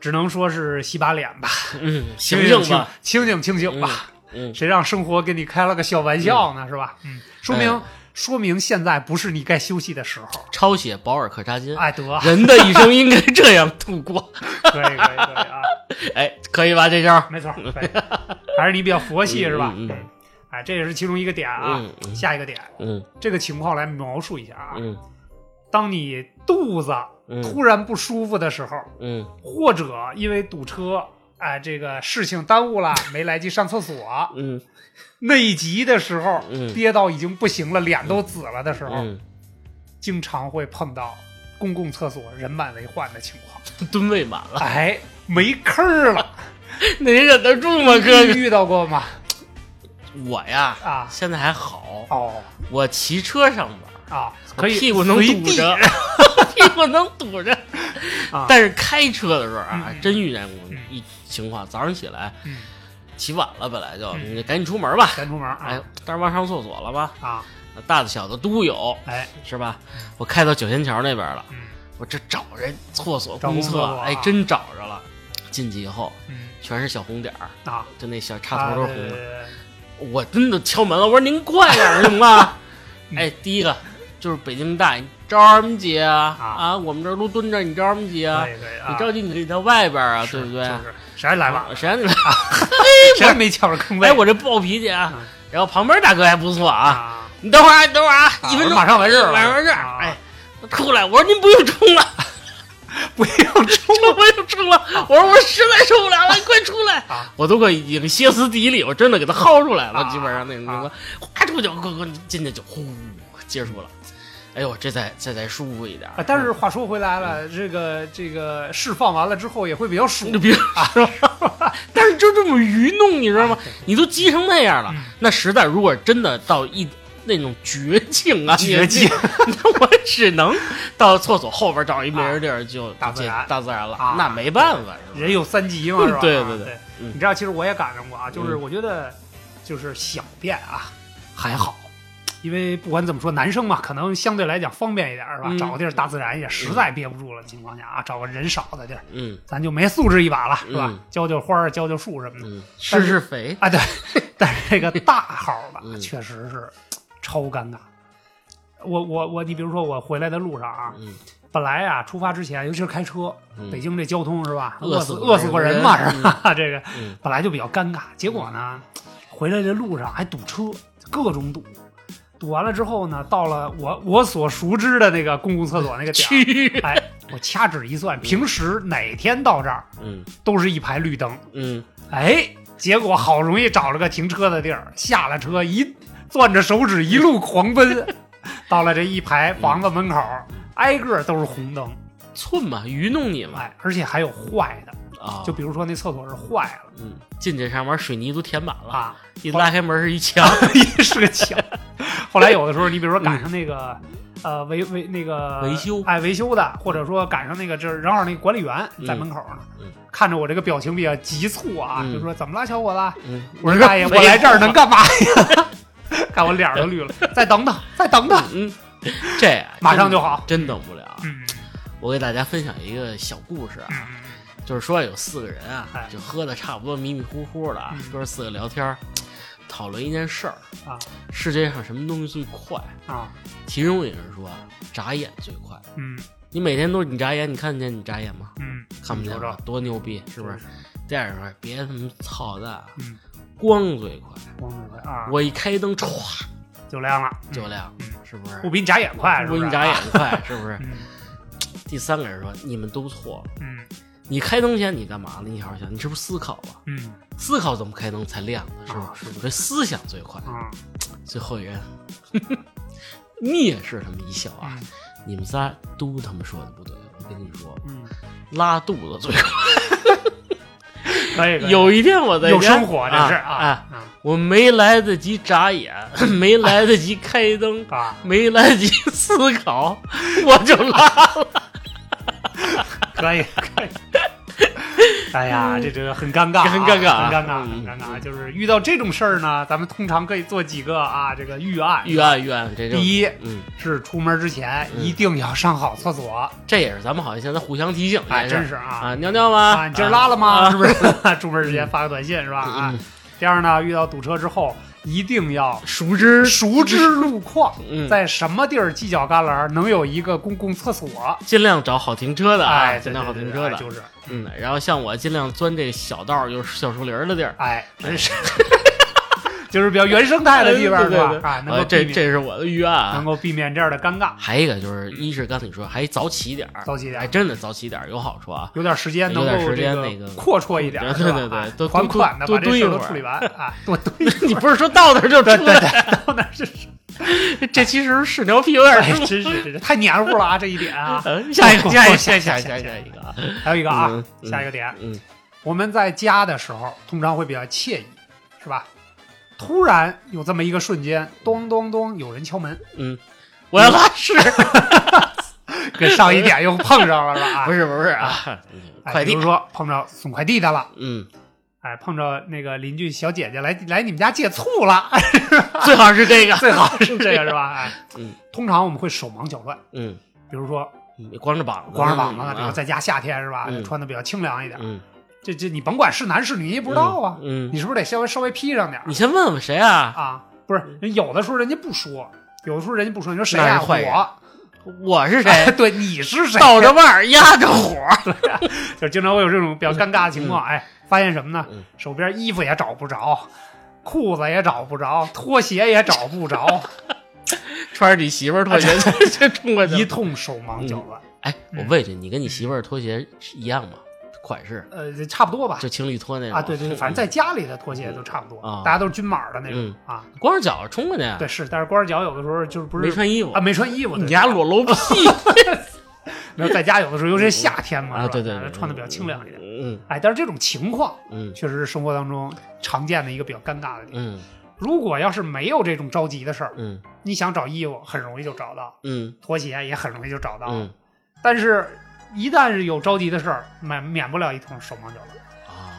S2: 只能说是洗把脸吧，
S1: 嗯，醒醒吧，，
S2: 清醒清醒吧，
S1: 嗯，
S2: 谁让生活给你开了个小玩笑呢？是吧？嗯，说明
S1: 哎
S2: 说明现在不是你该休息的时候。
S1: 抄写保尔·柯察金，
S2: 哎，得，
S1: 人的一生应该这样度过。
S2: 可以可以可以啊，
S1: 哎，可以吧？这招，
S2: 没错，可以还是你比较佛系是吧？
S1: 嗯嗯嗯
S2: 哎，这也是其中一个点啊。
S1: 嗯嗯
S2: 下一个点，
S1: 嗯
S2: 这个情况来描述一下啊。
S1: 嗯
S2: 当你肚子
S1: 嗯
S2: 突然不舒服的时候，
S1: 嗯
S2: 或者因为堵车，哎，这个事情耽误了，没来及上厕所，
S1: 嗯
S2: 内急的时候，
S1: 嗯
S2: 憋到已经不行了，脸都紫了的时候，
S1: 嗯，
S2: 经常会碰到公共厕所人满为患的情况。
S1: 吨位满了，
S2: 哎，没坑儿了，
S1: 那你忍得住吗， 哥
S2: 你
S1: 哥？
S2: 遇到过吗？
S1: 我呀，
S2: 啊
S1: 现在还好，
S2: 哦
S1: 我骑车上班，
S2: 啊，可以
S1: 屁股能
S2: 随
S1: 堵
S2: 地
S1: 着， 屁股能堵着
S2: 啊。
S1: 但是开车的时候啊
S2: 嗯，嗯
S1: 真遇见过
S2: 嗯
S1: 一情况，早上起来
S2: 嗯，
S1: 起晚了，本来就
S2: 嗯
S1: 你赶紧出门吧。
S2: 咱出门啊、
S1: 哎，但是忘上厕所了吧？
S2: 啊，
S1: 大的小的都有，
S2: 哎，
S1: 是吧？我开到九仙桥那边了，
S2: 嗯
S1: 我这找人厕所
S2: 找
S1: 公
S2: 公厕
S1: 厕，
S2: 所啊
S1: 哎，真找着了。进去以后
S2: 嗯
S1: 全是小红点儿，
S2: 啊，
S1: 就那小插头都是红的。
S2: 呃
S1: 我真的敲门了，我说您快点儿行吗？
S2: 嗯
S1: 哎，第一个就是北京大爷，你着什么急啊？
S2: 啊
S1: 啊，我们这儿都蹲着，你着什么急啊
S2: 可？以可以啊，
S1: 你着急你可以在外边啊，
S2: 是
S1: 对不对？
S2: 就是谁还来晚了，
S1: 谁让你 来？
S2: 谁还没抢着坑位？
S1: 哎，我这暴脾气啊
S2: 嗯！
S1: 然后旁边大哥还不错啊，
S2: 啊，
S1: 你等会儿啊，你等会儿啊，一分钟
S2: 马上完事儿了
S1: 马上完事儿
S2: 啊。
S1: 哎，他出来，我说您不用冲了，
S2: 不用
S1: 冲了不用冲了。 我说我实在受不了 了，你快出来
S2: 啊！
S1: 我都快已经歇斯底里，我真的给他薅出来了，
S2: 啊
S1: 基本上那
S2: 啊
S1: 种，哗出去，快快进去就呼结束了。哎呦，这才这才舒服一点儿
S2: 啊，。但是话说回来了，这个这个释放完了之后也会比较
S1: 你
S2: 爽
S1: 就别说了， 但是就这么愚弄，你知道
S2: 啊
S1: 吗？你都急成那样了，
S2: 嗯
S1: 那实在如果真的到一那种绝境啊，
S2: 绝境
S1: 你，你 那我只能到厕所后边找一没人地儿就
S2: 大自然
S1: 大自然了
S2: 啊，
S1: 那没办法，是吧
S2: 人有三级嘛，
S1: 嗯
S2: 是吧？
S1: 对
S2: 对
S1: 对对嗯
S2: 你知道，其实我也赶上过啊，就是
S1: 嗯
S2: 我觉得就是小便啊还好，因为不管怎么说，男生嘛，可能相对来讲方便一点，是吧？
S1: 嗯
S2: 找个地儿大自然也实在憋不住了的情况下啊，找个人少的地儿，
S1: 嗯
S2: 咱就没素质一把了，是吧
S1: 嗯？
S2: 浇浇花儿、浇浇树什么的
S1: 嗯，施
S2: 但是
S1: 施肥，
S2: 啊，对。 但是这个大号吧，
S1: 嗯
S2: 确实是超尴尬。我我我，你比如说我回来的路上啊，
S1: 嗯，
S2: 本来啊，出发之前，尤其是开车，
S1: 嗯
S2: 北京这交通是吧，
S1: 饿
S2: 饿
S1: 死
S2: 死
S1: 过人
S2: 饿死过人嘛，是吧？这个
S1: 嗯
S2: 本来就比较尴尬，结果呢，回来这路上还堵车，各种堵。堵完了之后呢，到了我我所熟知的那个公共厕所那个点
S1: 区域，
S2: 儿，哎，我掐指一算，平时哪天到这儿
S1: 嗯
S2: 都是一排绿灯，
S1: 嗯，
S2: 哎，结果好容易找了个停车的地儿，下了车一攥着手指一路 狂奔，到了这一排房子门口，挨个都是红灯，
S1: 寸嘛，愚弄你嘛
S2: 哎，而且还有坏的，
S1: 啊，
S2: 就比如说那厕所是坏了
S1: 嗯，进去上面水泥都填满了，
S2: 啊，
S1: 一拉开门是一墙，
S2: 也是个墙，后来有的时候，你比如说赶上那个。呃，维维那个
S1: 维修
S2: 哎，维修的，或者说赶上那个，就是正好那个管理员在门口呢，
S1: 嗯嗯
S2: 看着我这个表情比较急促啊，
S1: 嗯
S2: 就说怎么了，小伙子？
S1: 嗯，
S2: 我说大爷，
S1: 没
S2: 我来这儿能干嘛呀？ 看我脸儿都绿了，再等等，再等等，
S1: 嗯，这
S2: 马上就好。
S1: 真等不了。
S2: 嗯
S1: 我给大家分享一个小故事啊，
S2: 嗯
S1: 就是说有四个人啊
S2: 哎，
S1: 就喝的差不多迷迷糊糊的啊
S2: 嗯，
S1: 哥儿四个聊天儿，讨论一件事儿
S2: 啊，
S1: 世界上什么东西最快？
S2: 啊，
S1: 其中有人说啊，眨眼最快。
S2: 嗯
S1: 你每天都是你眨眼，你看见你眨眼吗？
S2: 嗯，
S1: 看不见
S2: 有着
S1: 吧，多牛逼，是不是？
S2: 是？
S1: 第二说别他妈操蛋，
S2: 嗯，
S1: 光最快。
S2: 光明会啊，
S1: 我一开灯，歘
S2: 就亮了，嗯
S1: 就亮，
S2: 嗯
S1: 是不是？
S2: 我比你眨眼快，是
S1: 不
S2: 不
S1: 是
S2: 是？
S1: 你眨眼快，是不是？
S2: 嗯
S1: 第三个人说你们都错了，
S2: 嗯
S1: 你开灯前你干嘛了？你好好想，你是不是思考了？
S2: 嗯
S1: 思考怎么开灯才亮呢？是吧？
S2: 啊是的
S1: 这思想最快。
S2: 啊
S1: 最后一人 蔑视他们一笑啊
S2: 啊，
S1: 你们仨都他妈说的不对，我跟你们说，
S2: 嗯，
S1: 拉肚子最快。
S2: 可以可以
S1: 有一天我在家
S2: 有生活这是
S1: 啊
S2: 啊
S1: 我没来得及眨眼， 没来得及开灯，
S2: 啊，
S1: 没来得及思考， 我就 拉了。
S2: 可以可以。 哎呀，这这个很尴尬啊，
S1: 嗯很尴尬啊
S2: 很尴尬，
S1: 嗯
S2: 很尴尬。就是遇到这种事儿呢，咱们通常可以做几个啊，这个预案。
S1: 预案预案，这就
S2: 第一
S1: 嗯，
S2: 是出门之前
S1: 嗯
S2: 一定要上好厕所，
S1: 这也是咱们好像现在互相提醒，
S2: 哎，
S1: 也
S2: 真
S1: 是
S2: 是啊
S1: 啊，尿尿吗？
S2: 啊，你今儿拉了吗？
S1: 啊
S2: 是不 是？ 出门之前发个短信是吧？
S1: 嗯
S2: 啊
S1: 嗯，
S2: 第二呢，遇到堵车之后一定要
S1: 熟知，
S2: 熟知路况，
S1: 嗯，
S2: 在什么地儿犄角旮旯能有一个公共厕所？
S1: 尽量找好停车的啊，
S2: 哎，
S1: 尽
S2: 对
S1: 量好
S2: 对对
S1: 停
S2: 对
S1: 车
S2: 对，哎
S1: 的，
S2: 就是，
S1: 嗯，然后像我尽量钻这个小道儿，就是小树林儿的地儿，
S2: 哎，真是， 就是比较原生态的地方是
S1: 对对
S2: 吧
S1: 对？
S2: 啊，能
S1: 呃
S2: 够
S1: 这
S2: 避免
S1: 这是我的预案啊。
S2: 能够避免这样的尴尬，
S1: 还有一个就是，一是刚才你说，还早起点儿，
S2: 早起点
S1: 哎，
S2: 儿
S1: 真的早起点儿有好处啊。
S2: 有点时间
S1: 有
S2: 能
S1: 点
S2: 够
S1: 时
S2: 这
S1: 间那个嗯
S2: 阔绰一点，
S1: 对
S2: 是吧
S1: 对对
S2: 哎
S1: 多
S2: 款款的
S1: 多
S2: 把
S1: 多
S2: 这事儿
S1: 多一
S2: 都
S1: 会儿
S2: 处理完 啊，多堆
S1: 你不是说到那儿就
S2: 对
S1: 出
S2: 对
S1: 来？
S2: 对，到那是
S1: 这其实是牛皮有点
S2: 哎，
S1: 重。
S2: 真是真是太黏糊了啊！这一点 啊，
S1: 呃下一个，下一个，下一个，下
S2: 下
S1: 一个
S2: 一个
S1: 下一个啊！
S2: 还有一个啊
S1: 嗯，嗯
S2: 下一个点，
S1: 嗯，
S2: 我们在家的时候通常会比较惬意，是吧？突然有这么一个瞬间，咚咚咚，有人敲门，
S1: 我要拉屎，
S2: 跟上一点又碰上了是 吧？
S1: 不
S2: 是，嗯
S1: 是不是啊，快
S2: 比
S1: 递
S2: 如，说碰着送快递的了，
S1: 嗯，
S2: 哎，碰着那个邻居小姐姐来来你们家借醋了，哎
S1: 最好是这个，
S2: 最好是这个是吧？哎，
S1: 嗯
S2: 通常我们会手忙脚乱，
S1: 嗯，
S2: 比如说
S1: 你光着膀子，
S2: 光着膀子
S1: 啊
S2: 呢，比如在家夏天是吧
S1: 嗯，
S2: 穿的比较清凉一点，
S1: 嗯，
S2: 这这你甭管是男是女，啊你也不知道啊，
S1: 嗯，嗯
S2: 你是不是得稍微稍微披上点儿
S1: 你先问问谁啊？
S2: 啊？不是，人有的时候人家不说，有的时候人家不说，你说谁
S1: 那
S2: 呀、
S1: 是坏人
S2: 我。
S1: 我是谁？
S2: 对，你是谁？
S1: 倒着腕儿压着火，
S2: 就经常会有这种比较尴尬的情况。哎，发现什么呢
S1: 嗯？
S2: 手边衣服也找不着，裤子也找 不着，拖鞋也找不着，
S1: 穿着你媳妇儿拖鞋就冲过去
S2: 一
S1: 了。
S2: 通手忙脚乱。
S1: 啊哎，我问一句，你跟你媳妇儿拖鞋是一样吗？款式
S2: 呃，差不多吧
S1: 就。情侣拖那种
S2: 啊，对对，对反正在家里的拖鞋都差不多
S1: 啊，
S2: 大家都是均码的那种
S1: 嗯
S2: 啊。
S1: 光着脚冲过去，啊
S2: 对，是，但是光着脚有的时候就是不
S1: 没
S2: 是
S1: 穿衣服
S2: 啊，，没穿衣服，对
S1: 你家，裸露屁
S2: 没有在家有的时候，尤其是夏天嘛，
S1: 啊？
S2: 是吧
S1: 对
S2: 哎
S1: 对，对
S2: 穿的比较清凉一点。
S1: 嗯
S2: 哎，但是这种情况
S1: 嗯
S2: 确实是生活当中常见的一个比较尴尬的点。
S1: 嗯
S2: 如果要是没有这种着急的事儿，
S1: 嗯
S2: 你想找衣服很容易就找到，
S1: 嗯
S2: 拖鞋也很容易就找到。
S1: 嗯
S2: 但是，一旦是有着急的事儿，免免不了一通手忙脚乱。
S1: 啊，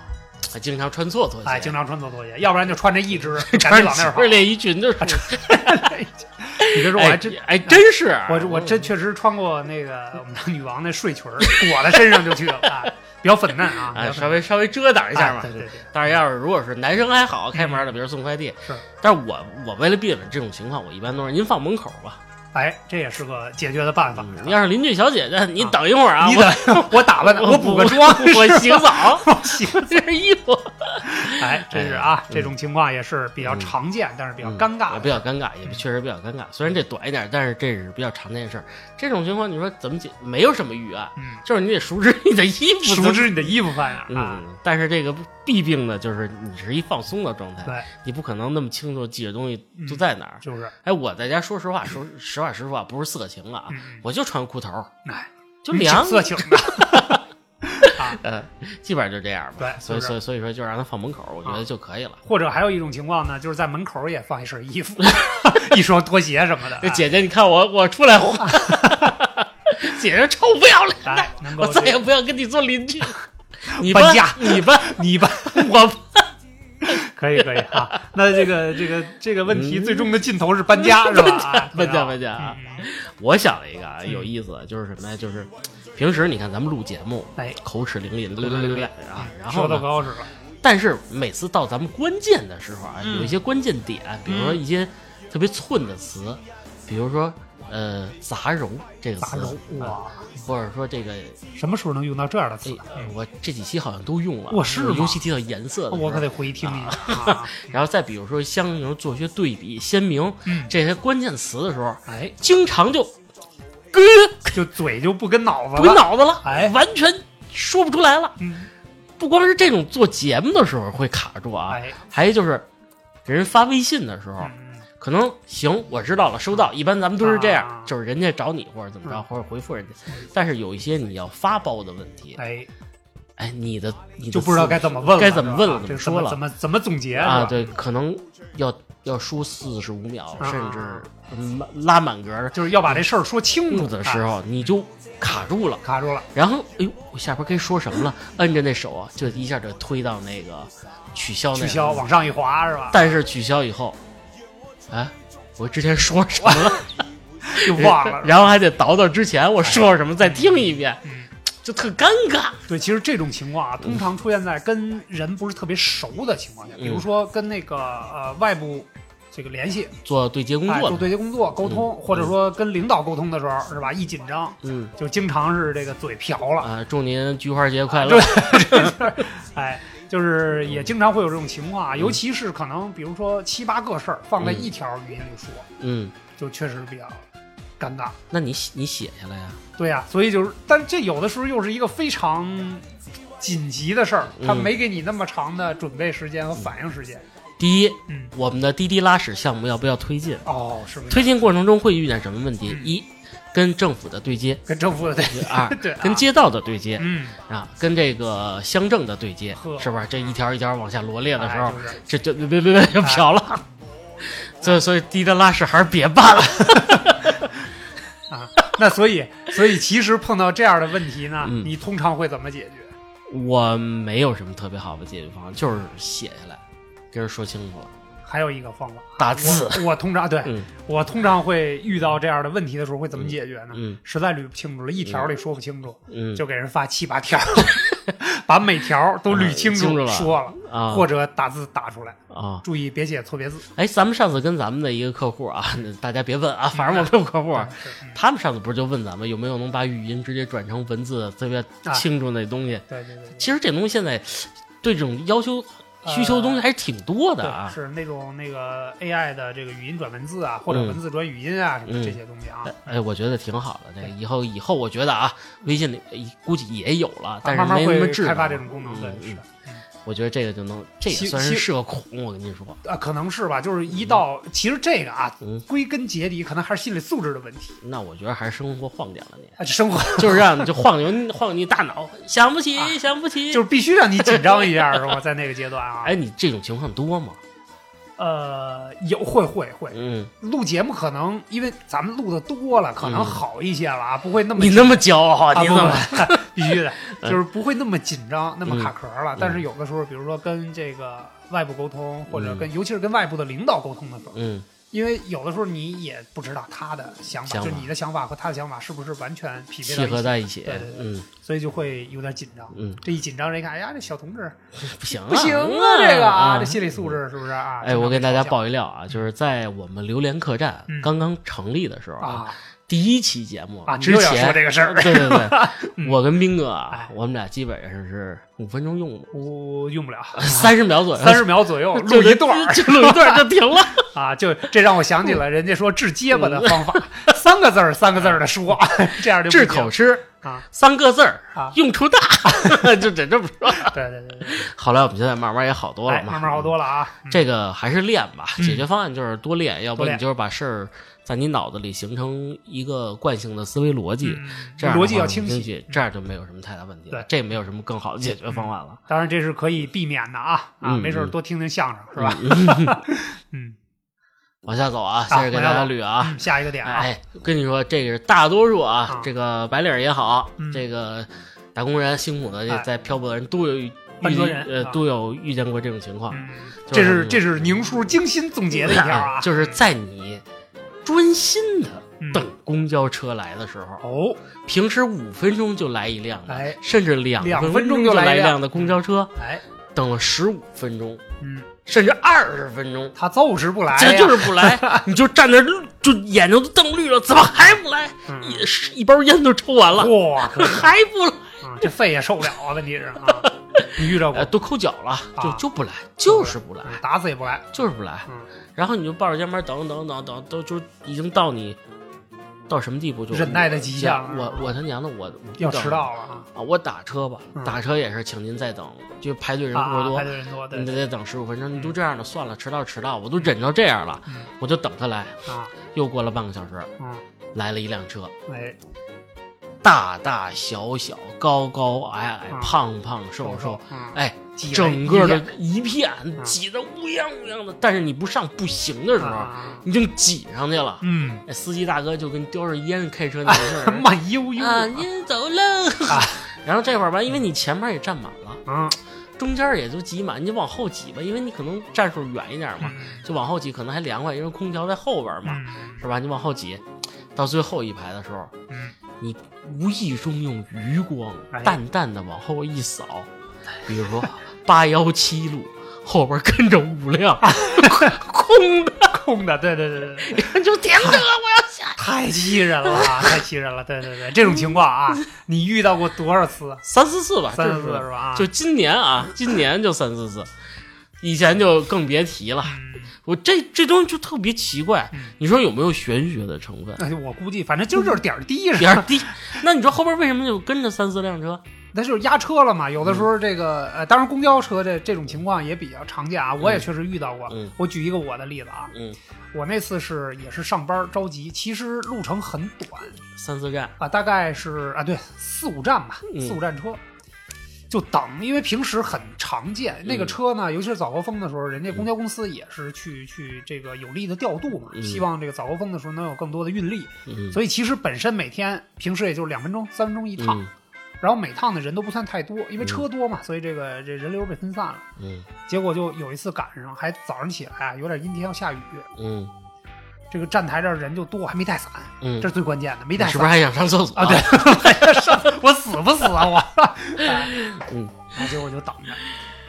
S1: 还经常穿错拖鞋，
S2: 哎，经常穿错拖鞋，要不然就穿着 一只，赶
S1: 穿
S2: 紧往那儿跑
S1: 不。是连衣裙 就是。
S2: 你别说，我
S1: 哎
S2: 还真，
S1: 哎，真是
S2: 我我真确实穿过 那个我们家女王那睡裙儿，裹在身上就去了，哎比较粉嫩啊，比
S1: 哎，
S2: 较
S1: 稍
S2: 粉
S1: 微稍微遮挡
S2: 嫩
S1: 一下嘛
S2: 哎。对对对，
S1: 但是要是如果是男生还好，开门的，比如送快递，
S2: 是。
S1: 但嗯是我我为了避免这种情况，我一般都是您放门口吧。
S2: 哎，这也是个解决的办法。
S1: 你要是邻居小姐姐，你等一会嗯儿啊，
S2: 你
S1: 我
S2: 等我打 扮的，
S1: 我
S2: 我补个妆，
S1: 我洗澡，
S2: 我洗
S1: 这是衣服，
S2: 哎，真是啊，
S1: 嗯
S2: 这种情况也是比较常见，但是比较尴尬
S1: 也
S2: 的。
S1: 比较尴尬，也确实比较尴尬。虽然这短一点，但是这是比较常见的事儿。这种情况你说怎么解？没有什么预案，
S2: 嗯，
S1: 就是你得熟知你的衣服，
S2: 熟。知你的衣服范儿啊，
S1: 嗯，但是这个弊病呢，就是你是一放松的状态，
S2: 对，嗯
S1: 你不可能那么清楚记着东西都在哪儿。
S2: 就是，
S1: 哎，我在家说实话，说实话实话，不是色情了啊，
S2: 嗯，
S1: 我就穿裤头儿，
S2: 嗯哎，
S1: 就
S2: 你
S1: 凉
S2: 挺，色情的，
S1: 呃，基本上就这样吧。
S2: 对，
S1: 所以
S2: 就是啊
S1: 所以所以说，就让他放门口儿，我觉得就可以了。
S2: 或者还有一种情况呢，就是在门口也放一身衣服，一双拖鞋什么的。
S1: 那哎姐姐，你看我我出来 花，姐姐臭不要脸
S2: 哎，
S1: 的
S2: 哎，能够
S1: 我再
S2: 这
S1: 也
S2: 个
S1: 不要跟你做邻居。 你
S2: 搬
S1: 搬
S2: 家
S1: 你 搬，
S2: 你吧，
S1: 我搬
S2: 可以可以啊。那这个这个这个问题最终的尽头是搬家是吧？啊
S1: 搬家搬
S2: 知道
S1: 家啊！
S2: 嗯
S1: 我想了一个啊，有意思，就是什么呀？就是平时你看咱们录节目，
S2: 哎，
S1: 口齿伶俐，伶伶俐俐啊，然后
S2: 说
S1: 呢
S2: 到高了，
S1: 但是每次到咱们关键的时候啊，
S2: 嗯
S1: 有一些关键点，比如说一些特别寸的词，比如说呃“杂糅”这个
S2: 杂糅
S1: 词，啊
S2: 哇，
S1: 或者说这个
S2: 什么时候能用到这样的
S1: 哎
S2: 词？，
S1: 我这几期好像都用了，
S2: 嗯我是吗
S1: 尤其提到颜色的时候
S2: 我可得回听一下啊。
S1: 然后再比如说相应做一些对比、鲜明
S2: 嗯，
S1: 这些关键词的时候，
S2: 哎，
S1: 经常就咯
S2: 就嘴就不跟脑子
S1: 不
S2: 了。
S1: 脑子了，
S2: 哎
S1: 完全说不出来了。
S2: 嗯，
S1: 不光是这种做节目的时候会卡住啊，
S2: 哎，
S1: 还有就是给人发微信的时候，
S2: 嗯
S1: 可能行，我知道了，收到。一般咱们都是这样，
S2: 啊
S1: 就是人家找你或者怎么着，
S2: 嗯
S1: 或者回复人家。但是有一些你要发包的问题，
S2: 哎，
S1: 哎，你的你的
S2: 就不知道该怎么问了，
S1: 该怎么问了怎
S2: 是吧
S1: 么
S2: 这么
S1: 说了
S2: 怎么怎么总结
S1: 思啊，
S2: 是吧，
S1: 对，可能要要输四十五秒，
S2: 啊
S1: 甚至嗯拉满格
S2: 就是要把这事儿说清楚
S1: 嗯的时
S2: 啊
S1: 候，你就卡住了。
S2: 卡住了。
S1: 然后，哎呦，我下边该说什么了？摁着那手啊，就一下就推到那个取消那个
S2: 取消，往上一滑是吧？
S1: 但是取消以后，哎，我之前说什么了？
S2: 又忘了。
S1: 然后还得倒倒之前我说什么，再听一遍，
S2: 嗯
S1: 就特尴尬。
S2: 对，其实这种情况啊，通常出现在跟人不是特别熟的情况下，
S1: 嗯
S2: 比如说跟那个呃外部这个联系，
S1: 做对接工
S2: 哎，
S1: 作嗯的，
S2: 做对接工作沟通，或者说跟领导沟通的时候，是吧？一紧张
S1: 嗯
S2: 就经常是这个嘴瓢了，
S1: 啊，祝您菊花节快乐
S2: 对。哎，就是也经常会有这种情况啊，尤其是可能比如说七八个事儿放在一条语音里说，
S1: 嗯，
S2: 就确实比较尴尬。
S1: 那你写你写下来呀、
S2: 对呀、所以就是，但这有的时候又是一个非常紧急的事儿，他
S1: 嗯
S2: 没给你那么长的准备时间和反应时间。
S1: 第一，
S2: 嗯，
S1: 我们的滴滴拉屎项目要不要推进？
S2: 哦，是不是
S1: 嗯推进过程中会遇见什么问题？
S2: 嗯
S1: 一，跟政府的对接；
S2: 跟政府的对？ ，
S1: 二
S2: 对啊
S1: 跟街道的对接
S2: 嗯，
S1: 啊，跟这个乡镇的对接
S2: 呵，
S1: 是不是？这一条一条往下罗列的时候
S2: 哎，就是哎
S1: 这这别别别别嫖了。 所以所以滴滴拉屎还是别办了。
S2: 啊，那所以所以其实碰到这样的问题呢，
S1: 嗯
S2: 你通常会怎么解决？
S1: 我没有什么特别好的解决方案，就是写下来，跟人说清楚了，
S2: 还有一个 方法，
S1: 打字。
S2: 我我通常对、
S1: 嗯
S2: 我通常会遇到这样的问题的时候会怎么解决呢？
S1: 嗯
S2: 实在捋不清楚了，一条里说不清楚，
S1: 嗯，
S2: 就给人发七八条， 把每条都捋清
S1: 嗯清楚了
S2: 说了，
S1: 啊
S2: 或者打字打出来，
S1: 啊，
S2: 注意别写错别字。
S1: 哎，咱们上次跟咱们的一个客户啊， 大家别问啊，反正我没有客户 啊，
S2: 是嗯
S1: 他们上次不是就问咱们有没有能把语音直接转成文字特别
S2: 啊
S1: 清楚那东西？
S2: 对对对，
S1: 其实这东西现在对这种要求需求的东西还是挺多的
S2: 呃对，
S1: 啊。
S2: 是那种那个 AI 的这个语音转文字啊，或者
S1: 嗯
S2: 文字转语音啊，什么
S1: 嗯
S2: 这些东西啊，
S1: 哎，我觉得挺好的。这个以后以后，我觉得啊，微信里估计也有了，但是
S2: 啊慢慢
S1: 没那么
S2: 会
S1: 智能。
S2: 开发这种功能。对
S1: 嗯，
S2: 是
S1: 嗯，我觉得这个就能，这也
S2: 其
S1: 算是
S2: 其
S1: 社恐。我跟你说，
S2: 啊，可能是吧，就是一到其实这个啊
S1: 嗯，
S2: 归根结底可能还是心理素质的问题。
S1: 那我觉得还是生活晃点了 你，
S2: 啊，生活
S1: 就是让你就晃悠晃你大脑，想不起，
S2: 啊
S1: 想不起。
S2: 就是必须让你紧张一下，是吧？在那个阶段啊，
S1: 哎，你这种情况多吗？
S2: 呃，有会会会，
S1: 嗯，
S2: 录节目可能因为咱们录的多了，可能
S1: 嗯
S2: 好一些了啊，不会那么
S1: 你
S2: 紧
S1: 那么骄傲，
S2: 啊
S1: 你
S2: 不
S1: 怎么？
S2: 不 必须的，
S1: 嗯
S2: 就是不会那么紧张，那么
S1: 嗯
S2: 卡壳了。但是有的时候，比如说跟这个外部沟通，或者跟尤其是跟外部的领导沟通的时候，
S1: 嗯
S2: 因为有的时候你也不知道他的想法，
S1: 想法
S2: 就你的想法和他的想法是不是完全匹配
S1: 契
S2: 到一
S1: 合
S2: 起，
S1: 在一起。
S2: 对对对
S1: 嗯
S2: 所以就会有点紧张。
S1: 嗯，
S2: 这一紧张，人一看，哎呀，这小同志
S1: 不行啊，
S2: 不行
S1: 啊，
S2: 这个
S1: 啊，
S2: 这心理素质是不是啊？
S1: 哎，我给大家
S2: 经常
S1: 爆一料啊，就是在我们榴莲客栈
S2: 嗯
S1: 刚刚成立的时候
S2: 被嘲笑啊
S1: 第一期节目
S2: 啊！你
S1: 之
S2: 又要说
S1: 前，
S2: 这个事儿，
S1: 对对对，
S2: 嗯
S1: 我跟斌哥啊
S2: 哎，
S1: 我们俩基本上是五分钟用
S2: 我用不 了，
S1: 三十秒左右，
S2: 三十秒左右
S1: 就
S2: 录一段儿
S1: 就就录一段儿就停 了。
S2: 啊，就这让我想起了人家说治结巴的方法， 三个字儿三个字儿的说， 这样就不
S1: 嗯治
S2: 行
S1: 口吃
S2: 啊！
S1: 三个字儿
S2: 啊
S1: 用处大， 就这这么说。
S2: 对对对对，
S1: 后来我们现在慢慢也好多了
S2: 哎，
S1: 嘛，
S2: 慢慢好。多了啊。嗯
S1: 这个还是练吧，
S2: 嗯
S1: 解决方案就是多练，要不
S2: 多
S1: 然
S2: 练
S1: 你就是把事儿在你脑子里形成一个惯性的思维逻辑，
S2: 嗯
S1: 这样的话
S2: 逻辑要
S1: 很
S2: 清
S1: 清
S2: 晰，
S1: 这样就没有什么太大问题了。
S2: 对嗯
S1: 这没有什么更好的解决方案了。
S2: 当然这是可以避免的啊啊！
S1: 嗯
S2: 没事儿多听听相声是吧？嗯
S1: 往下走啊，先是给大家捋啊，
S2: 嗯下一个点啊，
S1: 哎，跟你说，这个是大多数啊
S2: 啊，
S1: 这个白领儿也好
S2: 嗯，
S1: 这个打工人辛苦的
S2: 哎
S1: 在漂泊的人都有遇
S2: 很多
S1: 遇
S2: 人
S1: 呃
S2: 啊
S1: 都有遇见过这种情况，
S2: 嗯，这
S1: 就是嗯
S2: 这是宁叔精心总结的一条 啊，
S1: 就是在你专心的
S2: 嗯
S1: 等公交车来的时候，
S2: 哦，
S1: 平时五分钟就来一辆的，
S2: 哎
S1: 甚至两
S2: 两分
S1: 分
S2: 钟
S1: 钟
S2: 就来一
S1: 来一
S2: 辆
S1: 辆的公交车，
S2: 哎，
S1: 等了十五分钟，
S2: 嗯，
S1: 甚至二十分钟，
S2: 他就是不来呀，
S1: 这就是不来， 你就站那儿就眼睛都瞪绿了，怎么还不来？
S2: 嗯
S1: 也是一包烟都抽完了，
S2: 哇，可
S1: 还不来？
S2: 啊这肺也受不了啊，问题 是啊，你遇着过
S1: 哎，都抠脚了，就
S2: 啊
S1: 就不来，就是不来，
S2: 嗯打死也不来，
S1: 就是不来
S2: 嗯。
S1: 然后你就抱着肩膀等等等等，都就已经到你到什么地步就
S2: 忍耐的极限了
S1: 我我他娘的，我我不
S2: 要
S1: 等
S2: 迟到了啊，
S1: 啊！我打车吧
S2: 嗯，
S1: 打车也是，请您再等，就排队人
S2: 啊
S1: 过多
S2: 排，队人多，对
S1: 你得得等十五分钟。你都这样了，算了，迟到迟到，我都忍到这样了
S2: 嗯，
S1: 我就等他来。
S2: 啊，
S1: 又过了半个小时，
S2: 嗯，
S1: 来了一辆车，
S2: 哎，
S1: 大大小小、高高矮矮
S2: 嗯、
S1: 胖胖瘦
S2: 瘦
S1: 瘦，，
S2: 嗯，
S1: 哎，
S2: 挤了
S1: 整
S2: 一
S1: 个
S2: 片啊
S1: 的一片挤得乌泱乌泱的。但是你不上不行的时候，
S2: 啊
S1: 你就挤上去了。
S2: 嗯，
S1: 哎，司机大哥就跟叼着烟开车那 事儿
S2: 慢悠悠
S1: 啊，
S2: 啊，
S1: 您走 了。然后这会儿吧，因为你前面也站满了，
S2: 嗯，
S1: 中间也就挤满，你就往后挤吧，因为你可能站数远一点嘛，就往后挤可能还凉快，因为空调在后边嘛，
S2: 嗯
S1: 是吧？你往后挤，到最后一排的时候，
S2: 嗯，
S1: 你无意中用余光
S2: 哎
S1: 淡淡的往后一扫，比如说八幺七路后边跟着五 辆空的，
S2: 空的，对对对对对，
S1: 就停车，我要下。
S2: 太气人了啊，太气人了，对对对，这种情况 啊，你遇到过多少次？啊
S1: 三四次吧，
S2: 三
S1: 就是
S2: 四是吧？啊
S1: 就今年啊，今年就三四次，以前就更别提了。
S2: 嗯
S1: 我这这东西就特别奇怪
S2: 嗯，
S1: 你说有没有玄学的成分？
S2: 哎，我估计反正就就是点儿低
S1: 点
S2: 上，
S1: 儿 低，那你说后边为什么就跟着三四辆车？
S2: 那就是压车了嘛。有的时候这个呃，当然公交车这这种情况也比较常见啊，我也确实遇到过
S1: 嗯。
S2: 我举一个我的例子啊，
S1: 嗯，
S2: 我那次是也是上班着急，其实路程很短
S1: 三四站，
S2: 啊，大概是啊对四五站吧，
S1: 嗯
S2: 四五站车。就等，因为平时很常见，
S1: 嗯
S2: 那个车呢，尤其是早高峰的时候，人家公交公司也是去去这个有力的调度嘛，
S1: 嗯
S2: 希望这个早高峰的时候能有更多的运力。
S1: 嗯，
S2: 所以其实本身每天平时也就两分钟、三分钟一趟，
S1: 嗯
S2: 然后每趟的人都不算太多，因为车多嘛，所以这个这人流被分散了。
S1: 嗯
S2: 结果就有一次赶上，还早上起来啊，有点阴天要下雨，
S1: 嗯
S2: 这个站台这儿人就多，还没带伞，
S1: 嗯
S2: 这，是最关键的，没带
S1: 你
S2: 伞
S1: 是不是还想上厕所
S2: 啊？对，我死不死啊 我？
S1: 嗯
S2: 哎，结果就等着，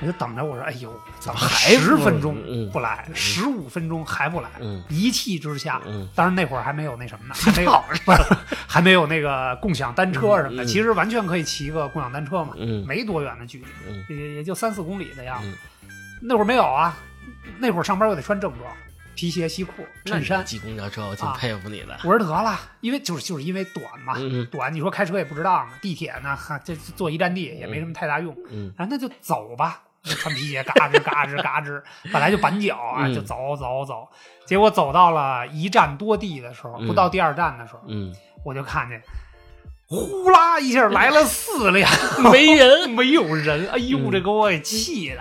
S2: 我就等着，我说哎呦，怎么
S1: 还不
S2: 十分钟
S1: 嗯
S2: 不来，十五分钟还不来，
S1: 嗯
S2: 一气之下，
S1: 嗯
S2: 当然那会儿还没有 那什么呢，还没有，不是还没有那个共享单车什么
S1: 嗯
S2: 的，
S1: 嗯
S2: 其实完全可以骑个共享单车嘛，
S1: 嗯
S2: 没多远的距离，
S1: 嗯
S2: 也也就三四公里的样子。
S1: 嗯
S2: 那会儿没有啊，那会儿上班又得穿正装，皮鞋、西裤、
S1: 那
S2: 衬
S1: 你
S2: 衫。
S1: 挤公交车，我挺
S2: 啊
S1: 佩服你的。
S2: 我说得了，因为就是就是因为短嘛，
S1: 嗯
S2: 短，你说开车也不值当啊，地铁呢，哈，这坐一站地也没什么太大用。
S1: 嗯
S2: 然后那就走吧，就穿皮鞋，嘎吱嘎吱 嘎吱，本来就板脚啊，
S1: 嗯
S2: 就走走走。结果走到了一站多地的时候，
S1: 嗯
S2: 不到第二站的时候，
S1: 嗯，
S2: 我就看见呼啦一下来了四辆，
S1: 没人。
S2: 没有人，哎呦，
S1: 嗯
S2: 这给我给气的，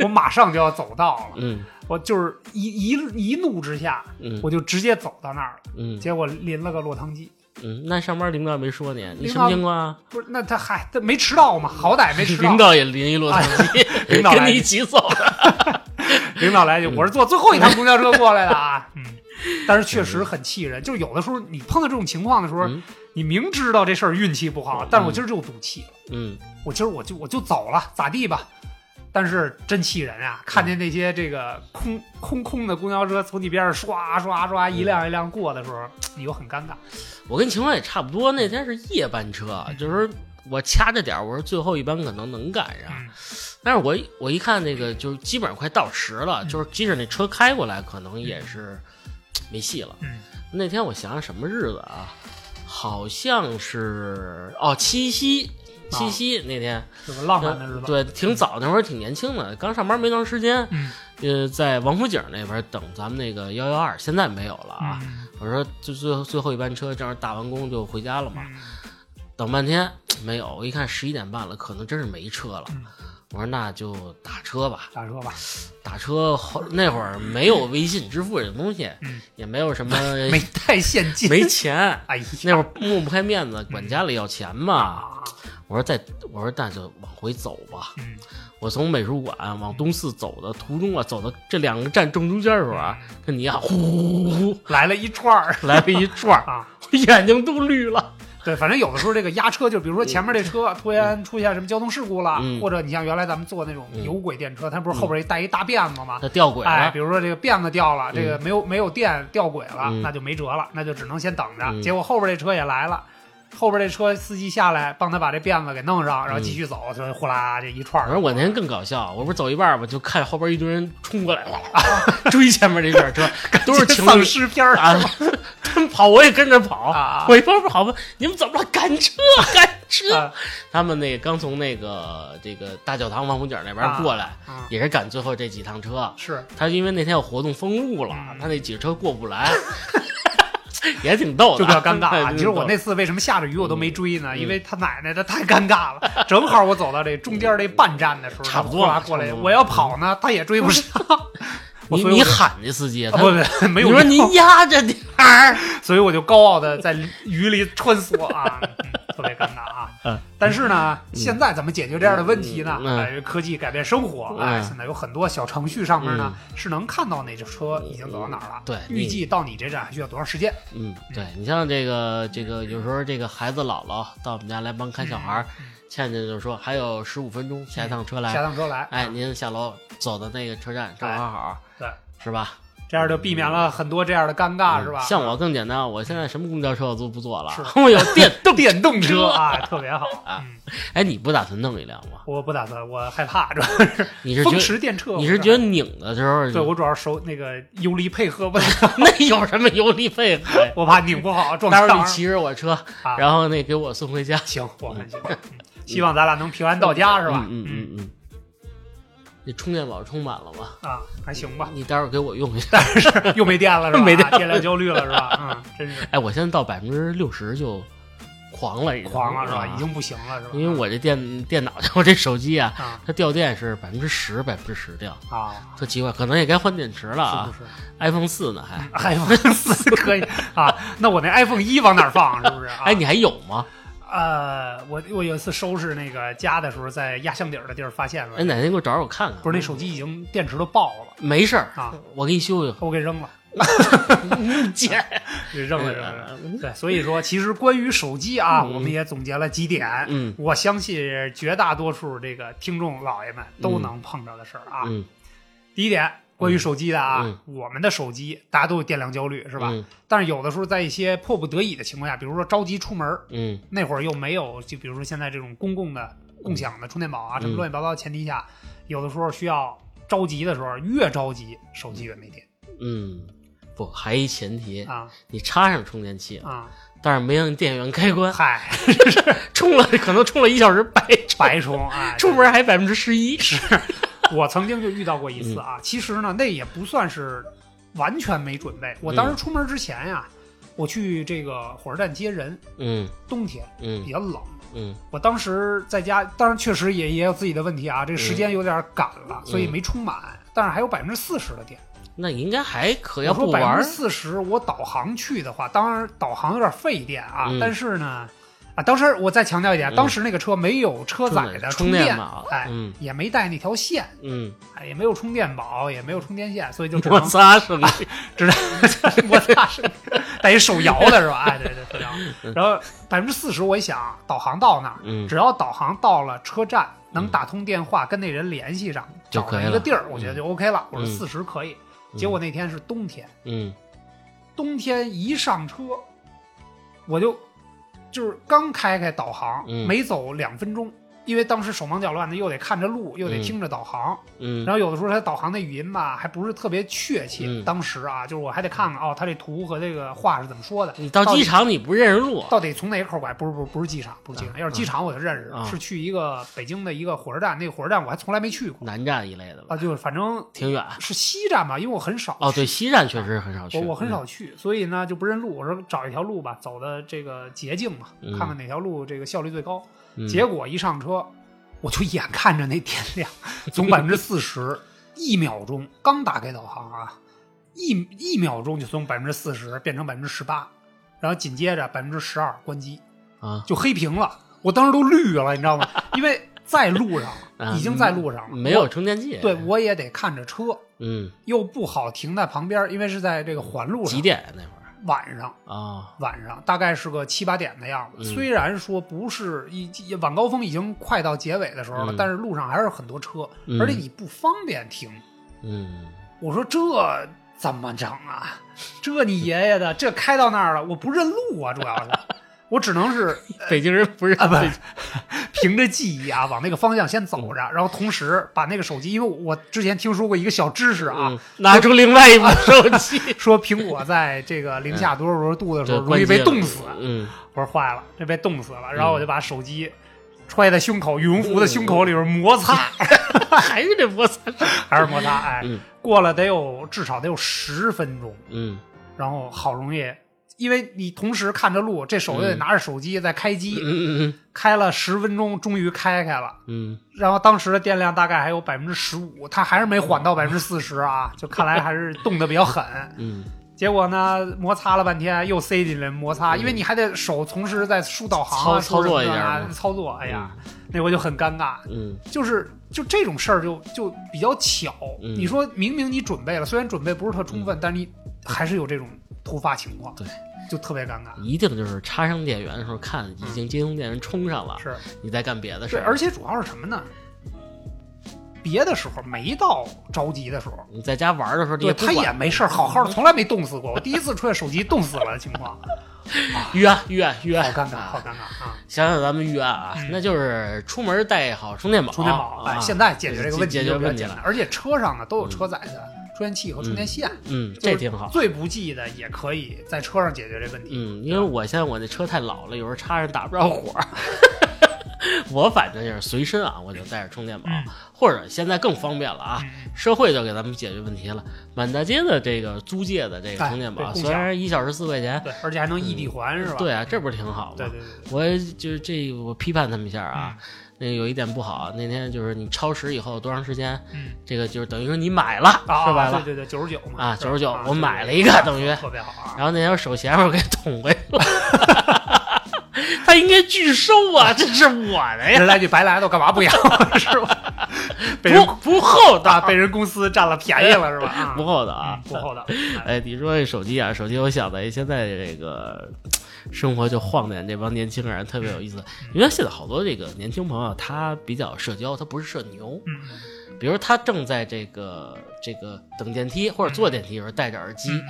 S2: 我马上就要走到了，
S1: 嗯
S2: 我就是一一一怒之下，
S1: 嗯
S2: 我就直接走到那儿了，
S1: 嗯
S2: 结果淋了个落汤鸡。
S1: 嗯，那上班领导也没说你，你
S2: 领
S1: 什
S2: 导
S1: 么情况啊？
S2: 不是，那他还他没迟到嘛？好歹没迟到
S1: 领。导也淋一落汤鸡，
S2: 领导来
S1: 跟你一起走了。
S2: 领导来就
S1: 嗯
S2: 我是坐最后一趟公交车过来的啊，嗯， 但是确实很气人。就是有的时候你碰到这种情况的时候，
S1: 嗯
S2: 你明知道这事儿运气不好，但是我今儿就赌气了，
S1: 嗯
S2: 我今儿我就我就走了，咋地吧？但是真气人啊！看
S1: 嗯
S2: 见那些这个空空空的公交车从你边上刷刷刷
S1: 嗯
S2: 一辆一辆过的时候，你又很尴
S1: 啊
S2: 尬。
S1: 我跟情况也差不多，那天是夜班车，就是我掐着点儿，我说最后一班可能能赶上，
S2: 嗯
S1: 但是我一我一看那个就是基本上快到时了，
S2: 嗯
S1: 就是即使那车开过来，可能也是没戏了。
S2: 嗯
S1: 那天我想想什么日子啊，好像是哦七夕，
S2: 啊
S1: 七夕那天，
S2: 这个浪漫的日子，
S1: 对，挺早那会儿挺年轻的，刚上班没多长时间，
S2: 嗯
S1: 呃，在王府井那边等咱们那个幺幺二，现在没有了啊。
S2: 嗯
S1: 我说就最后最后一班车，正好打完工就回家了嘛。
S2: 嗯
S1: 等半天没有，我一看十一点半了，可能真是没车了。
S2: 嗯
S1: 我说那就打车吧，
S2: 打车吧，
S1: 打车后那会儿没有微信支付这种东西，也嗯 没有什么
S2: 没带现金，
S1: 没钱，
S2: 哎呀，
S1: 那会儿抹不开面子，管家里要钱嘛。
S2: 啊，
S1: 我说再，我说那就往回走吧。
S2: 嗯
S1: 我从美术馆往东四走的途中啊，走到这两个站正中间的时候啊，这你啊，呼呼呼呼
S2: 来了一 串儿
S1: 来了一串儿，
S2: 啊。
S1: 我眼睛都绿了。
S2: 对，反正有的时候这个压车，就比如说前面这车突然出现什么交通事故了，
S1: 嗯
S2: 或者你像原来咱们坐那种有轨电车，它不是后边一带一大辫子吗？
S1: 它掉轨
S2: 哎，
S1: 了
S2: 比，如说这个辫子掉了，这个没有没有电掉轨了，
S1: 嗯
S2: 那就没辙了，那就只能先等着。
S1: 嗯
S2: 结果后边这车也来了，后边这车司机下来帮他把这辫子给弄上，然后继续走，就呼啦这一串
S1: 嗯反
S2: 儿。
S1: 正我那天更搞笑，我不是走一半儿吧，就看后边一堆人冲过来， 哇哇哇追前面这辆 车，都是情
S2: 丧
S1: 侣
S2: 尸片儿
S1: 啊， 他们跑我也跟着跑，
S2: 啊
S1: 我一边跑吧，你们怎么了？赶车，赶车！
S2: 啊
S1: 他们那个刚从那个这个大教堂王府井那边过来，
S2: 啊
S1: 也是赶最后这几趟车。
S2: 是
S1: 他因为那天有活动封路了，
S2: 嗯
S1: 他那几个车过不来， 也挺逗的，
S2: 就 比较尴尬啊！
S1: 对
S2: 你说我
S1: 挺
S2: 那次为什么下着雨我都没追呢？
S1: 嗯
S2: 因为他奶奶的太尴尬了， 正好我走到这中间这半站的时候，
S1: 差不多
S2: 他
S1: 了
S2: 呼啦过来，
S1: 差不多了
S2: 我要跑呢，他也追不上。
S1: 逗
S2: 我
S1: 你
S2: 所以
S1: 你
S2: 我就
S1: 喊那司机，
S2: 啊
S1: 他
S2: 不不没有哦
S1: 你说
S2: 用
S1: 您压着点儿，
S2: 所以我就高傲的在雨里穿梭 啊，嗯特别尴尬
S1: 嗯
S2: 啊。但是呢，现在怎么解决这样的问题呢？
S1: 嗯嗯
S2: 哎，科技改变生活，
S1: 嗯
S2: 哎，现在有很多小程序上面呢是能看到哪个车已经走到哪儿了，
S1: 对
S2: 预计到你这站还需要多长时间？
S1: 嗯，对你像这个这个，有时候这个孩子姥姥到我们家来帮看小孩儿，倩倩就说还有十五分钟下一趟车来，
S2: 嗯下趟车来，
S1: 哎，您下楼走到那个车站正好好，
S2: 哎对，
S1: 是吧？
S2: 这样就避免了很多这样的尴尬，是吧？
S1: 嗯像我更简单，我现在什么公交车我都不坐了
S2: 是，
S1: 我有电动。
S2: 电动车啊，特别好
S1: 啊。
S2: 嗯
S1: 哎，你不打算弄一辆吗？
S2: 我不打算，我害 怕，主要是
S1: 你是
S2: 风
S1: 觉
S2: 驰电掣。
S1: 你是觉得拧的时候，
S2: 对我主要是手那个油离配合不 了，
S1: 那有什么油力配合呀？
S2: 我怕拧不好撞
S1: 待
S2: 墙
S1: 会儿你
S2: 上。
S1: 骑着我车，
S2: 啊
S1: 然后那给我送回家，
S2: 行，我很行，嗯希望咱俩能平安到家，是吧？
S1: 嗯嗯嗯嗯。你充电宝充满了吗？
S2: 啊，还行吧，
S1: 你待会儿给我用一下。
S2: 但是又没电了， 是吧？啊
S1: 没电了
S2: 电量焦虑了，是吧？嗯，真是
S1: 哎，我现在到百分之六十就狂了，已经
S2: 狂了，是吧？
S1: 啊
S2: 已经不行了，是吧？
S1: 因为我这电电脑，我这手机啊，
S2: 啊
S1: 它掉电是百分之十，百分之十掉。
S2: 啊，
S1: 特奇怪，可能也该换电池了
S2: 是
S1: 啊
S2: 不是
S1: iPhone 四呢还？
S2: ？iPhone 四 可以啊？那我那 iPhone 一往哪儿放？是不是？
S1: 哎，你还有吗？
S2: 啊呃，我我有一次收拾那个家的时候，在压箱底儿的地儿发现了
S1: 哎，，哪天给我找找我看看。
S2: 不是那手机已经电池都爆了。
S1: 没事儿
S2: 啊，
S1: 我给你修修。
S2: 我给 扔了，
S1: 姐，
S2: 给
S1: 哎
S2: 扔了，扔了。扔
S1: 嗯
S2: 了对，所以说，其实关于手机啊，我们也总结了几点，
S1: 嗯
S2: 我相信绝大多数这个听众老爷们都能碰着的事儿啊。
S1: 嗯，
S2: 第一点，关于手机的啊，
S1: 嗯
S2: 我们的手机大家都有电量焦虑，是吧？
S1: 嗯
S2: 但是有的时候在一些迫不得已的情况下，比如说着急出门儿，
S1: 嗯
S2: 那会儿又没有，就比如说现在这种公共的共享的充电宝啊，什么
S1: 嗯
S2: 乱七八糟的前提下，有的时候需要着急的时候，越着急手机越没电
S1: 嗯，不，还一前提，
S2: 啊
S1: 你插上充电器，
S2: 啊！
S1: 但是没按电源开关，
S2: 嗨，
S1: 充了可能充了一小时白充，
S2: 白充啊，哎
S1: 出门还百分之十一。是，
S2: 我曾经就遇到过一次
S1: 嗯
S2: 啊，其实呢，那也不算是完全没准备。我
S1: 嗯
S2: 当时出门之前呀、我去这个火车站接人，
S1: 嗯
S2: 冬天比
S1: 嗯
S2: 较冷。
S1: 嗯
S2: 我当时在家，当然确实也也有自己的问题啊，这
S1: 嗯
S2: 个时间有点赶了，所以没充满，但是还有百分之四十的电。
S1: 那应该还可以，
S2: 我
S1: 要不
S2: 说百
S1: 玩
S2: 分
S1: 儿
S2: 之四十，我导航去的话，当然导航有点费电啊，
S1: 嗯
S2: 但是呢，啊，当时我再强调一点，
S1: 嗯
S2: 当时那个车没有车载的
S1: 充
S2: 电，
S1: 电宝
S2: 哎，
S1: 嗯
S2: 也没带那条线，
S1: 嗯，
S2: 哎，也没有充电宝，也没有充电线，所以就只
S1: 摩
S2: 能
S1: 擦声音，
S2: 只能摩擦是带一手摇的是吧？哎，对对，手摇。然后百分之四十，我一想导航到那儿，
S1: 嗯
S2: 只要导航到了车站，能打通电话跟那人联系上，
S1: 就
S2: 找
S1: 可以了
S2: 着一个地儿，我觉得就 OK 了。我说
S1: 嗯
S2: 四十可以。
S1: 嗯
S2: 结果那天是冬天，
S1: 嗯
S2: 冬天一上车，我就就是刚开开导航，
S1: 嗯
S2: 没走两分钟。因为当时手忙脚乱的，又得看着路，又得
S1: 嗯
S2: 听着导航，
S1: 嗯
S2: 然后有的时候它导航那语音吧，还不是特别确切。
S1: 嗯
S2: 当时啊，就是我还得看看哦，它这图和这个话是怎么说的。
S1: 你到机场你不认识路，
S2: 到底从哪个口拐？不是不是不是机场，不是机
S1: 嗯
S2: 场。要是机场我就认识了，
S1: 啊
S2: 是去一个北京的一个火车站，那个火车站我还从来没去过
S1: 南站一类的吧，
S2: 啊，就是反正
S1: 嗯挺远。啊
S2: 是西站吧，因为我很少
S1: 哦，对，西站确实很少去，嗯
S2: 我我很少去，所以呢就不认路。我说找一条路吧，走的这个捷径嘛，
S1: 嗯
S2: 看看哪条路这个效率最高。
S1: 嗯。
S2: 结果一上车，我就眼看着那电量从百分之四十，一秒钟刚打开导航啊，一一秒钟就从百分之四十变成百分之十八，然后紧接着百分之十二关机，
S1: 啊，
S2: 就黑屏了。我当时都绿了，你知道吗？ 因为在路上，
S1: 啊
S2: 已经在路上了，
S1: 没有
S2: 我。
S1: 充电器，
S2: 对，我也得看着车，
S1: 嗯，
S2: 又不好停在旁边，因为是在这个环路上
S1: 几。点啊那会儿
S2: 晚上，
S1: 啊？
S2: 晚上大概是个七八点的样子。
S1: 嗯
S2: 虽然说不是一一晚高峰已经快到结尾的时候了，
S1: 嗯
S2: 但是路上还是很多车，
S1: 嗯
S2: 而且你不方便停。
S1: 嗯，
S2: 我说这怎么整啊？ 这你爷爷的，这开到那儿了，我不认路啊，主要 是，我只能是
S1: 北京人不是
S2: 啊，不是， 凭着记忆啊，往那个方向先走着，
S1: 嗯
S2: 然后同时把那个手机，因为我我之前听说过一个小知识啊，
S1: 嗯拿出另外一部手 机，
S2: 说苹果在这个零下多少多少度的时候
S1: 这
S2: 容
S1: 关
S2: 易
S1: 机
S2: 被
S1: 了
S2: 冻死，
S1: 嗯，
S2: 我说坏了，这被冻死了。然后我就把手机揣在胸口，羽绒服的胸口里边摩擦，
S1: 还是得摩擦，
S2: 还是摩擦。哎，
S1: 嗯
S2: 过了得有至少得有十分钟，
S1: 嗯
S2: 然后好容易，因为你同时看着路，这手又得拿着手机在开
S1: 嗯
S2: 机，
S1: 嗯
S2: 开了十分钟，终于开开了。
S1: 嗯
S2: 然后当时的电量大概还有百分之十五，它还是没缓到百分之四十啊，就看来还是冻得比较狠。
S1: 嗯
S2: 结果呢，摩擦了半天，又塞进来摩擦，因为你还得手同时在输导航啊，
S1: 嗯操
S2: 输
S1: 操作一
S2: 什么
S1: 下嗯
S2: 啊
S1: 嘛
S2: 操作。哎呀，那我就很尴尬，
S1: 嗯
S2: 就是就这种事儿就就比较巧。
S1: 嗯
S2: 你说明明你准备了，虽然准备不是特充分，但是你还是有这种突发情况，
S1: 对，
S2: 就特别尴尬。
S1: 嗯，一定就是插上电源的时候看已经接通电源充上了，
S2: 是
S1: 你再干别的事
S2: 对，
S1: 儿，
S2: 而且主要是什么呢？别的时候没到着急的时候，
S1: 你在家玩儿的时候，你
S2: 对
S1: 不
S2: 他也
S1: 管嗯
S2: 没事儿，好好的，从来没冻死过。我第一次出现手机冻死了的情 况，
S1: 预案预案预
S2: 好
S1: 案，
S2: 尴尬，
S1: 啊
S2: 好尴尬啊！嗯
S1: 想想咱们预案啊，那就是出门带好充电宝，
S2: 充电宝，
S1: 啊
S2: 哎，现在解决这个问题
S1: 解
S2: 就
S1: 决
S2: 比较
S1: 问题
S2: 简单，
S1: 了，
S2: 而且车上呢都有车载的充电器和充电线，
S1: 嗯，
S2: 就是
S1: 这挺好。
S2: 最不济的也可以在车上解决这问题。
S1: 嗯，因为我现在我那车太老了，有时候插上打不着火。 我反正就是随身啊，我就带着充电宝，
S2: 嗯
S1: 或者现在更方便了啊。
S2: 嗯
S1: 社会就给咱们解决问题了，满大街的这个租借的这个
S2: 哎
S1: 充电宝，
S2: 对共
S1: 虽然一小时四块钱，
S2: 对，而且还能异地还是吧？
S1: 对啊，这不是挺好吗？
S2: 对嗯对对对
S1: 我就是这，我批判他们一下啊。那有一点不好，那天就是你超时以后多长时间，
S2: 嗯
S1: 这个就是等于说你买了，
S2: 啊，
S1: 说白
S2: 对
S1: 了。
S2: 对对，九十九嘛，
S1: 啊
S2: 是吧
S1: 99
S2: 啊
S1: 我买了一
S2: 对对
S1: 个
S2: 对
S1: 等于
S2: 特别好啊。
S1: 然后那条手闲我给捅回去了， 他应该拒收啊，这是我的呀，
S2: 人来就白来的，我干嘛不要是吧？被人
S1: 不不厚
S2: 啊，
S1: 道，
S2: 被人公司占了便宜了是吧？啊
S1: 不厚道
S2: 嗯
S1: 啊。
S2: 不厚道。哎
S1: 哎，你说这手机啊，手机，我想到现在这个生活就晃点这帮年轻人特别有意思，因为现在好多这个年轻朋友他比较社交，他不是社牛，
S2: 嗯，
S1: 比如他正在这个这个等电梯或者坐电梯的时候戴着耳机，
S2: 嗯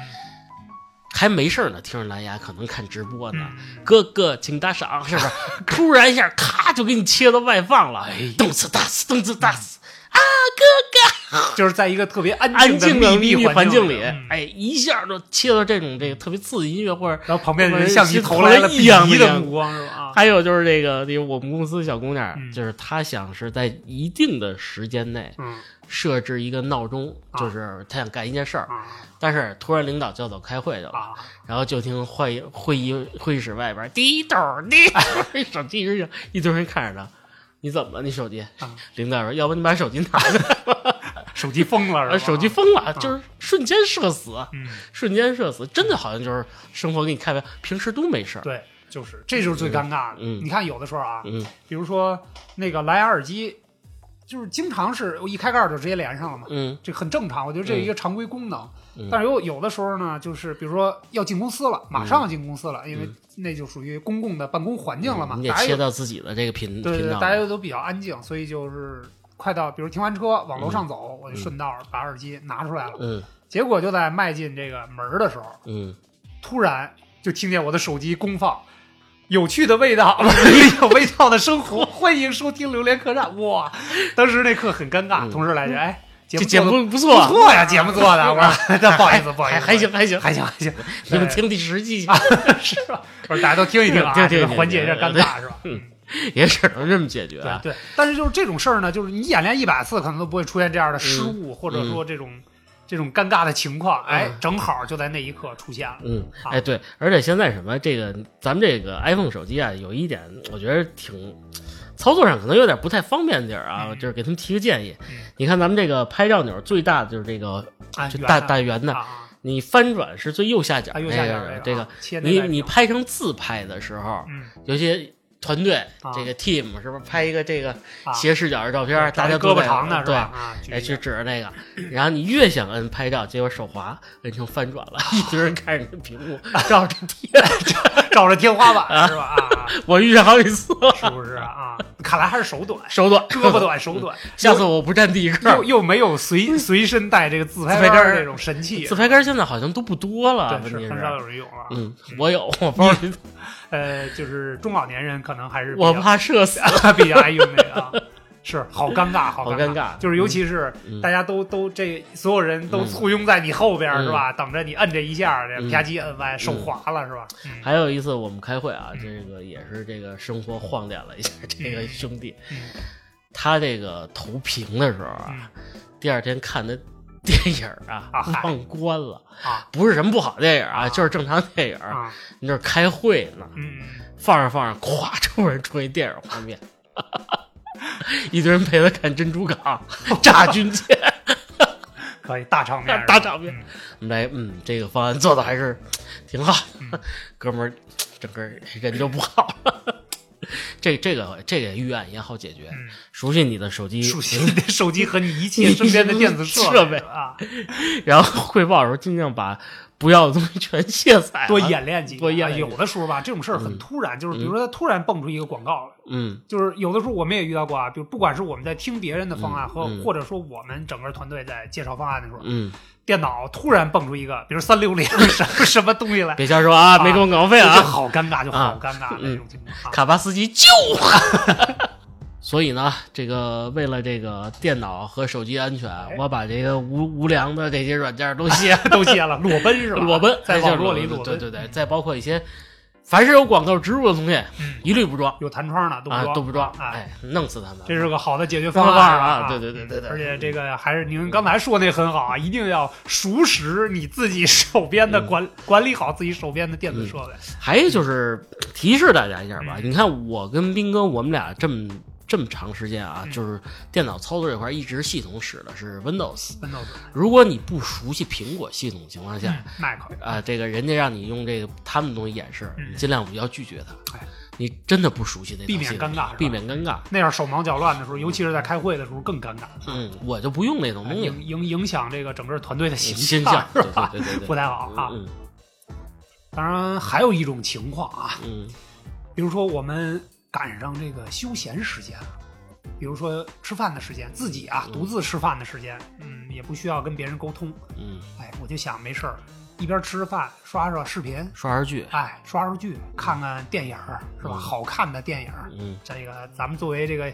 S1: 还没事儿呢，听着蓝牙可能看直播呢。
S2: 嗯
S1: 哥哥，请打 赏，是不是？突然一下，咔就给你切到外放了，
S2: 哎
S1: 动次打次，动次打次，
S2: 就是在一个特别
S1: 安
S2: 安
S1: 静
S2: 的
S1: 的
S2: 密
S1: 密
S2: 闭
S1: 闭环境
S2: 境
S1: 里
S2: 嗯，
S1: 哎，一下就切到这种这个特别刺激音乐或者。
S2: 然后旁边的人向你投来了鄙夷的目光，是吧？啊，
S1: 还有就是这个，这个我们公司小姑娘，
S2: 嗯
S1: 就是她想是在一定的时间内
S2: 嗯
S1: 设置一个闹钟，
S2: 啊
S1: 就是她想干一件事儿，
S2: 啊
S1: 但是突然领导叫走开会去了，
S2: 啊，
S1: 然后就听会议会议会议室外 边滴咚滴
S2: 哎
S1: 咚，手机一扔一堆人看着他，你怎么了？你手机？
S2: 啊
S1: 领导说，要不你把手机拿着，
S2: 哎手机疯了，是吧？
S1: 哎手机，疯了，就是瞬间社死，
S2: 啊嗯，
S1: 瞬间社死，真的好像就是生活给你开玩笑，平时都没事儿。
S2: 对，就是，这就是最尴尬的。
S1: 嗯嗯
S2: 你看有的时候啊，
S1: 嗯
S2: 比如说那个蓝牙耳机，就是经常是我一开盖就直接连上了嘛，
S1: 嗯
S2: 这很正常，我觉得这是一个常规功能。
S1: 嗯
S2: 但是有有的时候呢，就是比如说要进公司了，马上要进公司了，因为那就属于公共的办公环境了嘛，
S1: 嗯你得
S2: 大家
S1: 切
S2: 有
S1: 到自己的这个频
S2: 对
S1: 频
S2: 对，
S1: 道
S2: 大
S1: 了。
S2: 家都比较安静，所以就是快到，比如停完车往楼上走，我就顺道把耳机拿出来了。
S1: 嗯
S2: 结果就在迈进这个门儿的时候，
S1: 嗯，
S2: 突然就听见我的手机公放。有趣的味道， 有味道的生活，欢迎收听《榴莲客栈》。哇，当时那刻很尴尬，
S1: 嗯
S2: 同时来着，哎，节
S1: 这
S2: 目
S1: 节
S2: 做得
S1: 目不
S2: 不
S1: 错，
S2: 错呀，节目做的，我说 那不好意思，不好意
S1: 还
S2: 思，
S1: 还行，还行，
S2: 还行，啊还行，
S1: 你们听第十季
S2: 是吧？我说大家都听一听啊，
S1: 听听
S2: 这个
S1: 听
S2: 缓解一下
S1: 听
S2: 尴尬是吧？
S1: 嗯也只能这么解决
S2: 对
S1: 啊。
S2: 对，但是就是这种事儿呢，就是你演练一百次，可能都不会出现这样的失误，或者说这
S1: 嗯
S2: 种这种尴尬的情况，哎，正好就在那一刻出现了。
S1: 嗯，
S2: 好
S1: 哎，对，而且现在什么这个，咱们这个 iPhone 手机啊，有一点我觉得挺操作上可能有点不太方便的地儿啊，
S2: 嗯
S1: 就是给他们提个建议。你看咱们这个拍照钮最大的就是这个
S2: 啊，
S1: 就
S2: 圆
S1: 大
S2: 的
S1: 大圆的，
S2: 啊，
S1: 你翻转是最右下角那
S2: 啊右下角
S1: 个
S2: 那个
S1: 这个
S2: 啊切，那
S1: 你
S2: 个
S1: 你拍成自拍的时候，
S2: 嗯，
S1: 有些团队
S2: 啊
S1: 这个 team 是不是拍一个这个
S2: 啊
S1: 斜视角的照片，
S2: 找
S1: 大
S2: 一
S1: 家都
S2: 胳膊
S1: 在
S2: 长的是
S1: 对
S2: 吧？。啊，举
S1: 哎，
S2: 一
S1: 就
S2: 个
S1: 指着那个，然后你越想摁拍照，结果手滑摁成翻转了，一
S2: 啊
S1: 堆人看着那屏幕照着贴，
S2: 照着天花板是 吧？啊，
S1: 我遇上好几次了，
S2: 是不是啊？看来还是手短，
S1: 手短，
S2: 胳膊短，手 短，
S1: 下次我不占第一
S2: 又
S1: 个。
S2: 又没有随随身带这个自拍
S1: 自拍杆
S2: 杆
S1: 儿
S2: 儿这种神器
S1: 自，拍杆现在好像都不多了，
S2: 对，
S1: 问题
S2: 是很少有人用啊。
S1: 嗯，我有，我包里，
S2: 呃，就是中老年人可能还是比较
S1: 我怕社死。
S2: 比较爱用那个啊。是，好尴尬，好
S1: 好
S2: 尴
S1: 尴尬
S2: 就是尤其是
S1: 嗯
S2: 大家都都这所有人都
S1: 嗯
S2: 簇拥在你后边儿
S1: 嗯
S2: 是吧？等着你摁这一下儿，这
S1: 嗯
S2: 啪叽摁完手滑了是吧？嗯
S1: 还有一次我们开会啊，这个也是这个生活晃点了一下这个兄弟，
S2: 嗯
S1: 他这个投屏的时候啊，第二天看的电影啊
S2: 啊嗨
S1: 忘关了，
S2: 啊
S1: 不是什么不好电影啊，
S2: 啊
S1: 就是正常电影。
S2: 啊
S1: 你这儿开会呢，
S2: 嗯，
S1: 放着放着，咵，突然出一电影画面， 一堆人陪他看《珍珠 港》炸军舰
S2: 可以大场面是吧，
S1: 大场面
S2: 嗯。
S1: 我们来，嗯，这个方案做的还是挺好，
S2: 嗯
S1: 哥们儿，整个人就不好 了。这这个这个预案也好解决，
S2: 嗯
S1: 熟悉你的手机，
S2: 熟悉你的手机和你一切身边的电子
S1: 设备
S2: 备啊，
S1: 然后汇报的时候尽量把不要的东西全卸载了，
S2: 多演练几个。
S1: 哎多演
S2: 啊
S1: 练几个
S2: 有的时候吧，这种事儿很突然，就是比如说它突然蹦出一个广告来，
S1: 嗯
S2: 就是有的时候我们也遇到过啊，比如不管是我们在听别人的方案
S1: 嗯
S2: 和、
S1: 嗯
S2: 或者说我们整个团队在介绍方案的时候，
S1: 嗯，
S2: 电脑突然蹦出一个，比如三六 零什么什么东西来，
S1: 别瞎说啊，
S2: 啊
S1: 没给我广告费
S2: 就
S1: 啊，
S2: 好尴尬，就
S1: 啊
S2: 好尴尬的
S1: 嗯
S2: 这种情况啊。
S1: 卡巴斯基救我！ 所以呢，这个为了这个电脑和手机安全，
S2: 哎
S1: 我把这个无无良的这些软件 都卸了。
S2: 都卸了，裸奔是吧？
S1: 裸奔，这
S2: 在
S1: 就
S2: 网
S1: 是
S2: 络里
S1: 裸
S2: 裸
S1: 对
S2: 奔，
S1: 对对，再包括一些凡是有广告植入的东西，
S2: 嗯
S1: 一律不装
S2: 有弹窗的都不
S1: 啊，
S2: 装，
S1: 都不装，
S2: 哎，
S1: 哎，弄死他们！
S2: 这是个好的解决
S1: 方
S2: 方
S1: 案
S2: 案
S1: 啊
S2: 啊！
S1: 对对对对对
S2: 而且这个还是您刚才说那很好啊，一定要熟识你自己手
S1: 嗯
S2: 边的管、管理好自己手边的电子设备。
S1: 还有就是提示大家一下吧，
S2: 嗯
S1: 你看我跟斌哥，我们俩这么这么长时间
S2: 嗯
S1: 啊，就是电脑操作这块一直系统使的是 Windows。
S2: Windows、
S1: 如果你不熟悉苹果系统的情况下，
S2: Mac，
S1: 啊，这个人家让你用这个他们的东西演示，
S2: 嗯
S1: 你尽量不要拒绝他
S2: 哎。
S1: 你真的不熟悉那套
S2: 避免
S1: 系统
S2: 尴尬是吧
S1: 避免尴嗯尬。
S2: 那样手忙脚乱的时候，尤其是在开会的时候更尴尬，
S1: 嗯，我就不用那种东西，
S2: 影影影响这个整个团队的
S1: 嗯形
S2: 形
S1: 象，
S2: 是
S1: 对
S2: 吧？
S1: 对对对
S2: 不
S1: 对，
S2: 太好啊。
S1: 嗯
S2: 当然，还有一种情况啊，
S1: 嗯
S2: 比如说我们赶上这个休闲时间了，比如说吃饭的时间，自己啊独自吃饭的时间，嗯，也不需要跟别人沟通，
S1: 嗯，
S2: 哎，我就想没事儿，一边吃着饭刷刷视频，
S1: 刷刷剧，
S2: 哎，刷刷剧，看看电影儿，是吧？
S1: 嗯
S2: 好看的电影儿，
S1: 嗯
S2: 这个咱们作为这个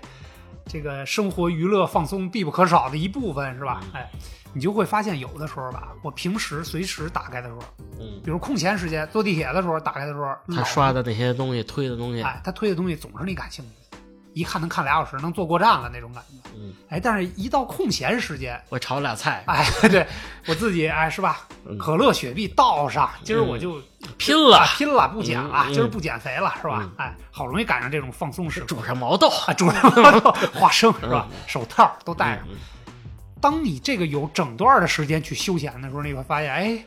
S2: 这个生活娱乐放松必不可少的一部分，是吧？
S1: 嗯
S2: 哎，你就会发现有的时候吧，我平时随时打开的时候，
S1: 嗯，
S2: 比如空闲时间坐地铁的时候打开的时候，
S1: 他
S2: 老
S1: 刷的那些东西，推的东西，
S2: 哎，他推的东西总是你感兴趣的，一看能看俩小时，能坐过站了那种感觉。
S1: 嗯，
S2: 哎，但是一到空闲时间，
S1: 我炒俩菜，
S2: 哎， 对我自己哎是吧
S1: 嗯？
S2: 可乐、雪碧倒上，今儿我就
S1: 拼了
S2: 啊拼了，不减了，
S1: 嗯
S2: 今儿不减肥了，是吧
S1: 嗯？
S2: 哎，好容易赶上这种放松 时刻
S1: 煮上毛豆，
S2: 啊， 主什么花生是吧？手套都戴上。
S1: 嗯
S2: 当你这个有整段的时间去休闲的时候，你会发现，哎。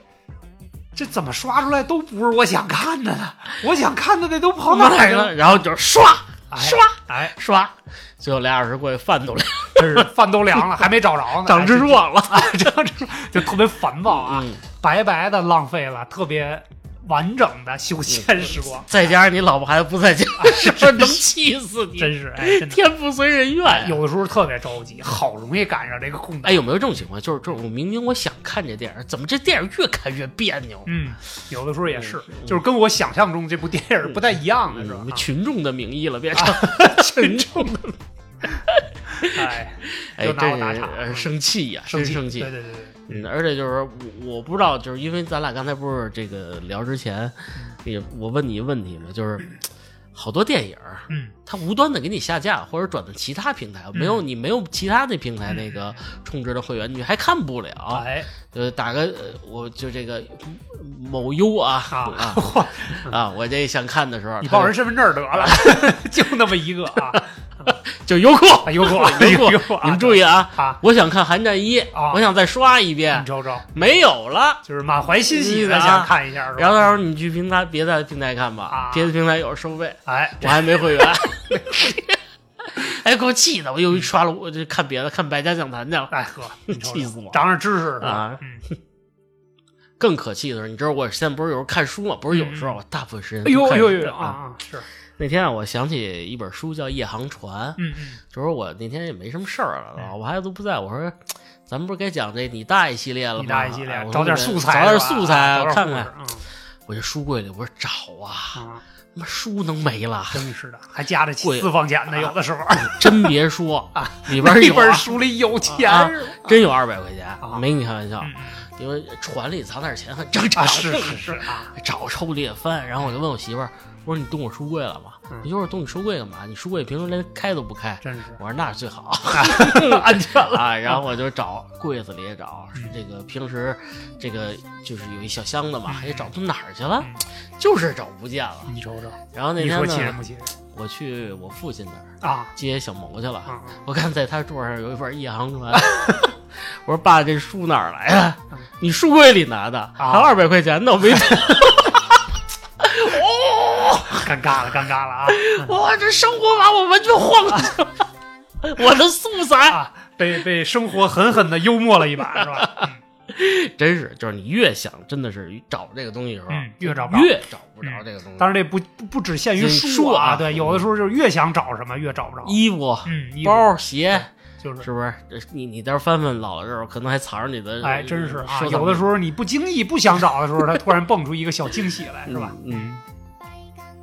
S2: 这怎么刷出来都不是我想看 的呢？我想看的那都跑
S1: 嗯
S2: 哪儿
S1: 买
S2: 去了？
S1: 了，然后就是刷
S2: 哎
S1: 刷
S2: 哎，
S1: 刷，最后俩小时过去，饭都凉，
S2: 真是饭都凉 了，还没找着呢，
S1: 长蜘蛛网了
S2: 哎，这 这这就特别烦躁啊，
S1: 嗯
S2: 白白的浪费了特别完整的休闲时光，
S1: 再加上你老婆孩子不在家，
S2: 哎
S1: 是不是能气死你？
S2: 真是哎，真的
S1: 天不随人愿啊。
S2: 有的时候特别着急，好容易赶上这个空档。
S1: 哎，有没有这种情况？就是就是，我明明我想看这电影，怎么这电影越看越别扭？
S2: 嗯，有的时候也是
S1: 嗯嗯，
S2: 就是跟我想象中这部电影不太一样的是啊吧
S1: 嗯，？群众的名义了，
S2: 哎
S1: 变成 群众的，
S2: 啊哎，
S1: 哎，
S2: 就拿我
S1: 真
S2: 打
S1: 是
S2: 岔
S1: 呃
S2: 嗯
S1: 生气呀，
S2: 生
S1: 真
S2: 气，
S1: 生气
S2: 对。对对对，
S1: 嗯，而且就是说我我不知道，就是因为咱俩刚才不是这个聊之前，也我问你一问题嘛，就是好多电影儿
S2: 嗯，
S1: 它无端的给你下架或者转到其他平台，没有你没有其他的平台那个充值的会员，你还看不了。
S2: 哎
S1: 呃，打个呃我就这个某优啊
S2: 啊
S1: 啊，
S2: 嚯
S1: 啊，我这想看的时候，
S2: 你
S1: 它
S2: 报
S1: 就
S2: 人身份证得了，就那么一个啊，嗯
S1: 就优酷，
S2: 啊，优酷，
S1: 优
S2: 优
S1: 酷，
S2: 酷，
S1: 你们注意啊！
S2: 啊，
S1: 我想看《寒战一》
S2: 啊
S1: 我想再刷一
S2: 你
S1: 遍，
S2: 瞅瞅，
S1: 没有了。
S2: 就是满怀欣喜的
S1: 嗯
S2: 想看一下，是
S1: 然后
S2: 吧？
S1: 到时候你去平台别的平台看吧，
S2: 啊
S1: 别的平台有收费，
S2: 哎，
S1: 我还没会员。 哎，给我气的！我又一刷了，我就看别的，看百家讲坛去了。
S2: 哎 呵，你瞅瞅
S1: 气死我
S2: 长长知识是吧
S1: 啊？
S2: 嗯，
S1: 更可气的是，你知道我现在不是有时候看书嘛？不是有时候，我大部分时间
S2: 哎呦
S1: 都
S2: 哎
S1: 看
S2: 呦
S1: 书
S2: 哎呦啊
S1: 啊！
S2: 啊，是，
S1: 那天啊，我想起一本书叫《夜航船》，
S2: 嗯嗯，
S1: 就是我那天也没什么事儿了，
S2: 嗯
S1: 老婆孩子都不在，我说咱们不是该讲这你大爷系列了吗？
S2: 你嗯大一系列
S1: 哎，我
S2: 找
S1: 说
S2: 点
S1: 你
S2: 素
S1: 找
S2: 材是
S1: 点
S2: 吧，
S1: 素材啊，
S2: 找点
S1: 看
S2: 故事
S1: 看。我这书柜里我说找啊，
S2: 嗯啊，
S1: 他妈书能没了？
S2: 真是的，还夹着
S1: 贵
S2: 私房钱呢，
S1: 啊
S2: 有的时候
S1: 真别说
S2: 啊，
S1: 里边
S2: 一
S1: 有
S2: 本
S1: 啊
S2: 书里有钱
S1: 啊
S2: 是吧
S1: 真有二百块钱
S2: 啊，
S1: 没跟你开玩笑，
S2: 嗯
S1: 因为船里藏点钱很正常。
S2: 啊，是是是啊，
S1: 找抽屉也翻，然后我就问我媳妇儿，我说你动我书柜了吗？
S2: 嗯
S1: 你说我动你书柜干嘛？你书柜平时连开都不开。
S2: 真是
S1: 我说那是最好
S2: 安全了。
S1: 啊，然后我就找柜子里也找，
S2: 嗯
S1: 是这个平时这个就是有一小箱
S2: 嗯
S1: 子嘛，也找不哪儿去了，就是找不见了。
S2: 你瞅瞅，
S1: 然后那
S2: 嗯你
S1: 天
S2: 说气人
S1: 呢，
S2: 不气人
S1: 我去我父亲那儿
S2: 啊？
S1: 接小萌去了，
S2: 啊
S1: 我看在他桌上有一本《夜航船》，我说爸，这书哪儿来的？
S2: 嗯
S1: 你书柜里拿的，
S2: 啊
S1: 还有二百块钱呢，我没带
S2: 尴尬了，尴尬了啊！
S1: 我这生活把我完全晃了，我的素材
S2: 啊，被被生活狠狠的幽默了一把，是吧？
S1: 真是，就是你越想，真的是找这个东西的时候，
S2: 嗯越找不着嗯
S1: 越找不着这个东西。
S2: 当然，这不不不只限于
S1: 这
S2: 书
S1: 书
S2: 啊，
S1: 啊
S2: 对，有的时候就是越想找什么越找不着。
S1: 衣服、
S2: 嗯，衣服
S1: 包、鞋，
S2: 就是，
S1: 是不是？这你你到时候翻翻老的时候，可能还藏着你的。
S2: 哎，真是啊，
S1: 收藏
S2: 有的时
S1: 品
S2: 候你不经意不想找的时候，它突然蹦出一个小惊喜来，是吧？
S1: 嗯，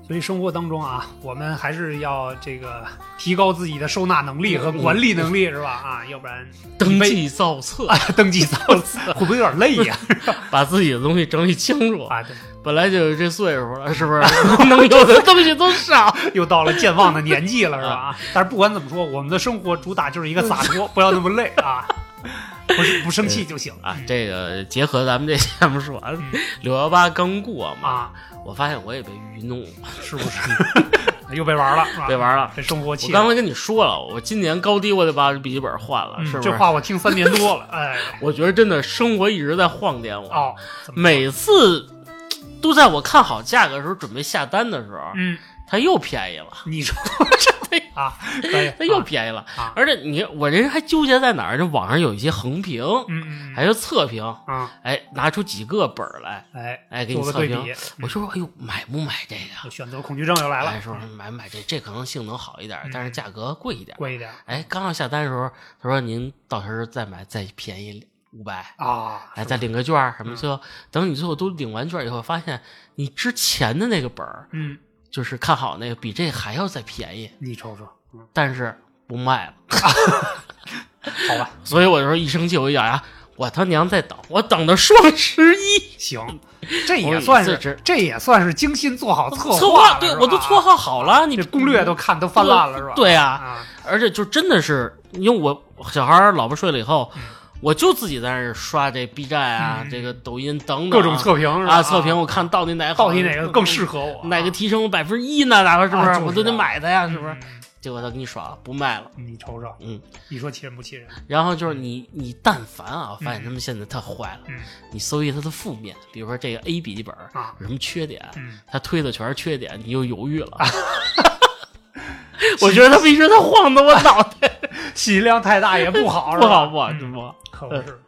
S2: 所以生活当中啊，我们还是要这个提高自己的收纳能力和管理能力，是吧？啊，要不然
S1: 登记造册，
S2: 啊，登记造次会不会有点累 呀？
S1: 把自己的东西整理清楚。
S2: 啊，对，
S1: 本来就是这岁数了， 是不是？能有的东西都少。
S2: 又到了健忘的年纪了，是吧？啊，但是不管怎么说，我们的生活主打就是一个洒脱，不要那么累啊，不是不生气就行
S1: 啊，这个结合咱们这节目说完，六幺八刚过嘛，
S2: 嗯啊，
S1: 我发现我也被愚弄了，
S2: 是不 是？又被玩了，是吧？
S1: 被玩了。
S2: 这生活
S1: 我
S2: 气的，
S1: 刚才跟你说了，我今年高低我得把笔记本换了，
S2: 嗯
S1: 是不
S2: 这
S1: 是？
S2: 话我听三年多了，哎，
S1: 我觉得真的生活一直在晃点我，
S2: 哦，怎么
S1: 每次都在我看好价格的时候准备下单的时候，
S2: 嗯，
S1: 它又便宜了，
S2: 你 说啊， 可以，
S1: 它又
S2: 啊
S1: 便宜了，
S2: 啊
S1: 而且你我人还纠结在哪儿？这网上有一些横评，
S2: 嗯嗯
S1: 还有测评，
S2: 嗯啊，
S1: 哎，拿出几个本儿来，
S2: 哎
S1: 哎，给
S2: 做
S1: 你
S2: 个
S1: 测
S2: 对
S1: 评，
S2: 比，嗯
S1: 我就说，哎呦，买不买这个？
S2: 选择恐惧症又来
S1: 哎，
S2: 了，嗯
S1: 说买不买这，这可能性能好一点，但是价格贵一点。
S2: 贵一点
S1: 哎，刚要下单的时候，他说您到时候再买再便宜五百，
S2: 啊，
S1: 哎，再领个券儿什么，最后等你最后都领完券儿以后，发现你之前的那个本儿
S2: 嗯，
S1: 就是看好那个比这还要再便宜，
S2: 你瞅瞅，嗯
S1: 但是不卖了。
S2: 好吧，
S1: 所以我就说一生气我一咬牙，我他娘再等，我等到双十一
S2: 行，这
S1: 我
S2: 也
S1: 也
S2: 算
S1: 自
S2: 是
S1: 知
S2: 这也算是精心做好策
S1: 策
S2: 划了，
S1: 对
S2: 是吧
S1: 我都策划好了，你
S2: 这攻略都看都翻烂了是吧？
S1: 对啊，
S2: 啊，
S1: 而且就真的是，因为我小孩儿老婆睡了以后，我就自己在那儿刷这 B 站啊，
S2: 嗯
S1: 这个抖音等等
S2: 各种测评是吧？
S1: 啊，测评我看到底哪个好嗯
S2: 到底哪个更适合我？啊
S1: 哪个提升我百分之一呢？哪怕是不是、
S2: 啊就是啊
S1: 我都得买它呀？是不是？
S2: 嗯？
S1: 结果他给你耍了，不卖了。
S2: 你瞅瞅，
S1: 嗯，
S2: 你说气人不气人？
S1: 然后就是你，你但凡啊，发现
S2: 嗯
S1: 他们现在太坏了，
S2: 嗯
S1: 你搜一它的负面，比如说这个 A 笔记本儿
S2: 啊
S1: 有什么缺点，
S2: 嗯，
S1: 他推的全是缺点，你又犹豫 了。我觉得他们一直在晃动我脑 袋，
S2: 信息量太大也不好，是
S1: 不
S2: 吧
S1: 好不好，真
S2: 嗯
S1: 不好。
S2: 可不是，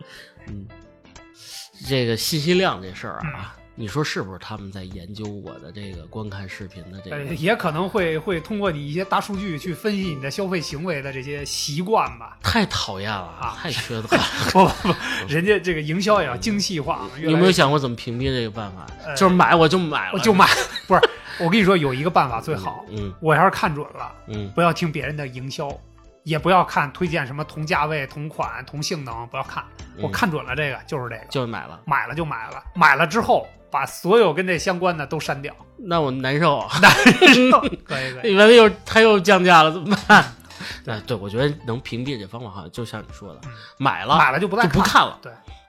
S1: 这个信息量这事儿
S2: 嗯
S1: 啊，你说是不是他们在研究我的这个观看视频的这
S2: 呃
S1: 个？
S2: 也可能会会通过你一些大数据去分析你的消费行为的这些习惯 吧。
S1: 太讨厌了
S2: 啊
S1: 太缺 德了！
S2: 不不不，人家这个营销也要精细化嘛。
S1: 你
S2: 越来
S1: 有没
S2: 越
S1: 有想过怎么屏蔽这个办法
S2: 呃？
S1: 就是买我就买了，
S2: 我就买，不是，我跟你说有一个办法最好，
S1: 嗯
S2: 我要是看准了，
S1: 嗯，
S2: 不要听别人的营销，也不要看推荐什么同价位、同款、同性能，不要看，我
S1: 嗯
S2: 看准了这个就是这个，
S1: 就买了，
S2: 买了就买了，买了之后把所有跟这相关的都删 掉，
S1: 那我难受 啊。
S2: 可以可以，
S1: 里面又他又降价了，怎么 办？那对我觉得能屏蔽这方法，好像就像你说的
S2: 嗯，
S1: 买了
S2: 买了就不再
S1: 就不看了。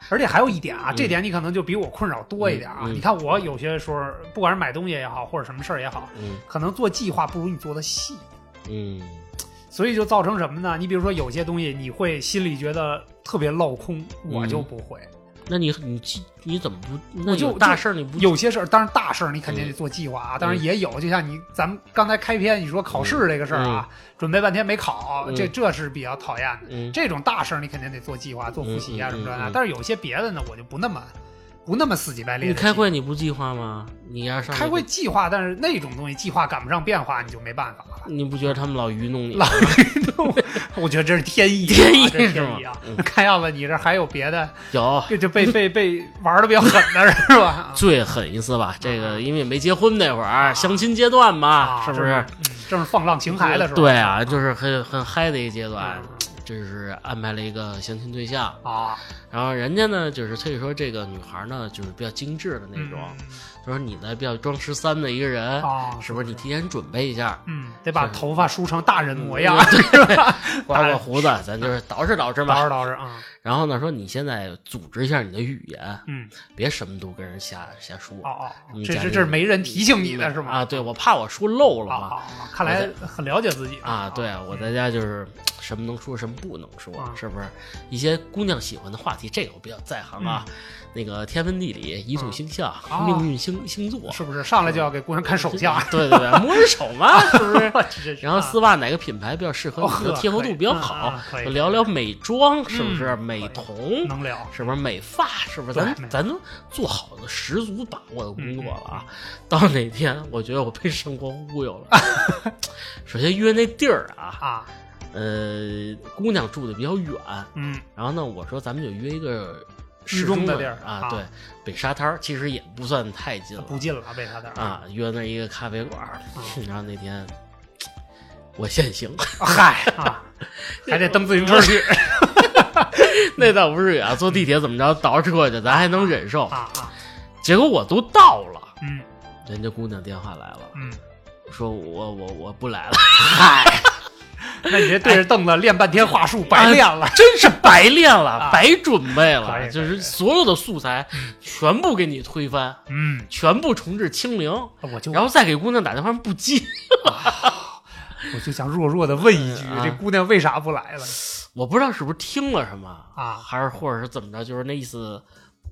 S2: 而且还有一点啊，
S1: 嗯
S2: 这点你可能就比我困扰多一点啊。
S1: 嗯嗯
S2: 你看我有些时候，不管是买东西也好，或者什么事儿也好，
S1: 嗯
S2: 可能做计划不如你做的细。
S1: 嗯，
S2: 所以就造成什么呢？你比如说有些东西，你会心里觉得特别落空，
S1: 嗯
S2: 我就不会。
S1: 那你你记你怎么不？那
S2: 我就
S1: 有大事儿你不
S2: 有些事儿，当然大事儿你肯
S1: 嗯
S2: 定得做计划啊，当然也有，就像你咱们刚才开篇你说考试这个事儿啊，准备半天没考，
S1: 嗯
S2: 这这是比较讨厌的。
S1: 嗯
S2: 这种大事儿你肯定得做计划、做复习啊
S1: 嗯嗯
S2: 什么的。
S1: 嗯嗯
S2: 但是有些别的呢，我就不那么不那么死乞白赖。
S1: 你开会你不计划吗？你要上
S2: 开会计划，但是那种东西计划赶不上变化，你就没办法 了。
S1: 你不觉得他们老愚弄你？
S2: 老运动，我觉得这是天意啊，
S1: 天意嗯
S2: 这是
S1: 是
S2: 天
S1: 吗
S2: 意啊！
S1: 嗯
S2: 看样子你这还有别的，
S1: 有
S2: 这就被被被玩的比较狠的人是吧？
S1: 最狠一次吧，这个因为没结婚那会儿，啊相亲阶段嘛，
S2: 啊
S1: 是不
S2: 正
S1: 是？
S2: 嗯正是放浪形骸的时候。
S1: 对啊，就是很很嗨的一个阶段
S2: 嗯，
S1: 这是安排了一个相亲对象，
S2: 啊，
S1: 然后人家呢就是可以说这个女孩呢就是比较精致的那种，就说你呢比较装十三的一个人，
S2: 嗯啊，
S1: 是不是？你提前准备一下，
S2: 嗯，得把
S1: 是
S2: 头发梳成大人 模 样，
S1: 刮刮胡子，咱就是捯饬捯饬
S2: 捯饬
S1: 吧。
S2: 捯饬 啊，
S1: 然后呢，说你现在组织一下你的语言，
S2: 嗯，
S1: 别什么都跟人瞎瞎说。
S2: 哦哦，
S1: 嗯
S2: 这
S1: 家
S2: 是
S1: 里
S2: 这是没人提醒你的是吗？
S1: 啊，对，我怕我说漏了
S2: 啊
S1: 嘛。
S2: 啊，啊看来很了解自己
S1: 啊，对我在家就是什么能说，什么不能说，
S2: 嗯啊
S1: 是不是？一些姑娘喜欢的话题，这个我比较在行啊。那个天文地理、一土星象、
S2: 嗯啊
S1: 命运星星座，
S2: 是不是？上来就要给姑娘看手相，
S1: 对对对，摸着手 嘛，是不是？
S2: 这是
S1: 嗯然后
S2: 啊
S1: 丝袜哪个品牌比较适合
S2: 哦
S1: 你的
S2: 呵
S1: 贴合度
S2: 可以
S1: 比较
S2: 嗯
S1: 好
S2: 嗯可以，
S1: 就聊聊美妆是不是？
S2: 嗯
S1: 美
S2: 可以
S1: 瞳
S2: 能聊
S1: 是不是美发？是不是？
S2: 对
S1: 咱
S2: 没
S1: 咱都做好了十足把握的工作了啊！到哪天我觉得我被生活忽悠了。 首先约那地儿啊，
S2: 啊，
S1: 呃，姑娘住的比较远，
S2: 嗯，
S1: 然后呢，我说咱们就约一个
S2: 居
S1: 适
S2: 中
S1: 的
S2: 的地儿
S1: 啊，
S2: 啊
S1: 对，北沙滩儿其实也不算太近啊了
S2: 不近了，为 啥的？
S1: 啊，约那一个咖啡馆儿， 然后那天我限行，
S2: 嗨啊，还得蹬自行车去
S1: 那倒不至于啊，坐地铁怎么着倒车过去，咱还能忍受。
S2: 啊啊，
S1: 结果我都到了，
S2: 嗯
S1: 人家姑娘电话来了，
S2: 嗯，
S1: 说我我我不 来了，
S2: 嗨，那你这对着凳
S1: 哎
S2: 子练半天话术，白 练了。
S1: 真是白练了，
S2: 啊
S1: 白准备
S2: 可以可
S1: 了，
S2: 以
S1: 就是所有的素材全部给你推翻，
S2: 嗯，
S1: 全部重置清零。
S2: 我就
S1: 然后再给姑娘打电话不接，
S2: 我就想弱弱的问一句
S1: 嗯，啊
S2: 这姑娘为啥不来了？
S1: 我不知道是不是听了什么
S2: 啊
S1: 还是或者是怎么着，就是那意思，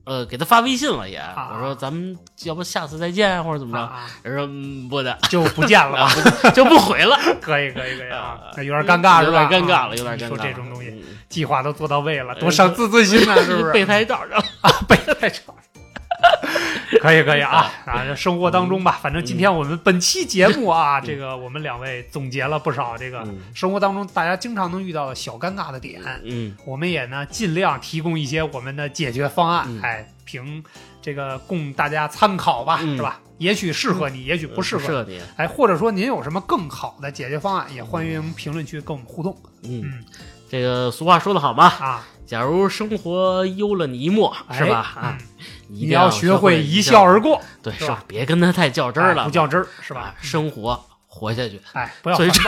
S1: 呃，给她发微信了也，
S2: 啊
S1: 我说咱们要不下次再见啊或者怎么着，
S2: 啊，
S1: 人说、嗯、不的，
S2: 就不见了吧？
S1: 就不回了，
S2: 可以，可以，可以啊
S1: 啊，
S2: 那有点尴尬，
S1: 嗯有
S2: 是
S1: 点
S2: 吧？
S1: 尴尬
S2: 啊
S1: 了，有点尴尬了。
S2: 说这种东西，
S1: 嗯，
S2: 计划都做到位了，多伤自尊心啊，是不
S1: 备
S2: 是？
S1: 胎罩上，
S2: 备太长。 可以可以啊
S1: 嗯
S2: 啊！这生活当中吧，反正今天我们本期节目啊，这个我们两位总结了不少这个
S1: 嗯
S2: 生活当中大家经常能遇到的小尴尬的点，
S1: 嗯，
S2: 我们也呢尽量提供一些我们的解决方案，
S1: 嗯
S2: 哎，凭这个供大家参考吧，
S1: 嗯
S2: 是吧？也许适合你，也许不适合，
S1: 你，
S2: 哎，或者说您有什么更好的解决方案，也欢迎评论区跟我们互动
S1: 嗯
S2: 嗯，
S1: 这个俗话说得好嘛，
S2: 啊，
S1: 假如生活悠了你一默，是吧？
S2: 哎
S1: 啊，，你一
S2: 你
S1: 定要
S2: 要学
S1: 会
S2: 一笑而，过，
S1: 对，
S2: 是
S1: 是
S2: 吧
S1: 吧？别跟他太较真儿
S2: 哎
S1: 了
S2: 不，较真儿，是
S1: 是
S2: 吧？？
S1: 生活活下去，
S2: 哎，不要
S1: 所以
S2: 烦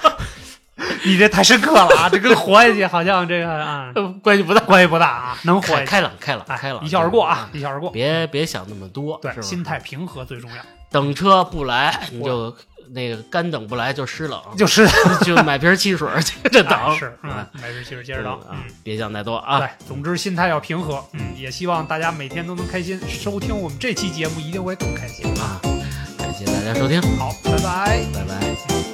S2: 躁， 你这太深刻 了啊，这跟活下去好像这个啊
S1: 关系不大。
S2: 关系不大啊，能活
S1: 开
S2: 下去，
S1: 开朗，开朗，
S2: 哎
S1: 开朗，嗯
S2: 一笑而过啊，，一笑而过，
S1: 别别想那么多，是
S2: 对，
S1: 吧
S2: 心态平和最重要，
S1: 等车不来，你就那个干等不来就湿冷，
S2: 就是。
S1: 就买瓶汽水儿接着等，
S2: 哎是，嗯
S1: 啊，
S2: 没事， 接着接着聊。
S1: 啊
S2: 嗯，，
S1: 别想太多啊，
S2: 对，总之心态要平和，嗯，也希望大家每天都能开心。收听我们这期节目一定会更开心。啊
S1: 啊，感谢大家收听，
S2: 好，拜拜。
S1: 拜拜。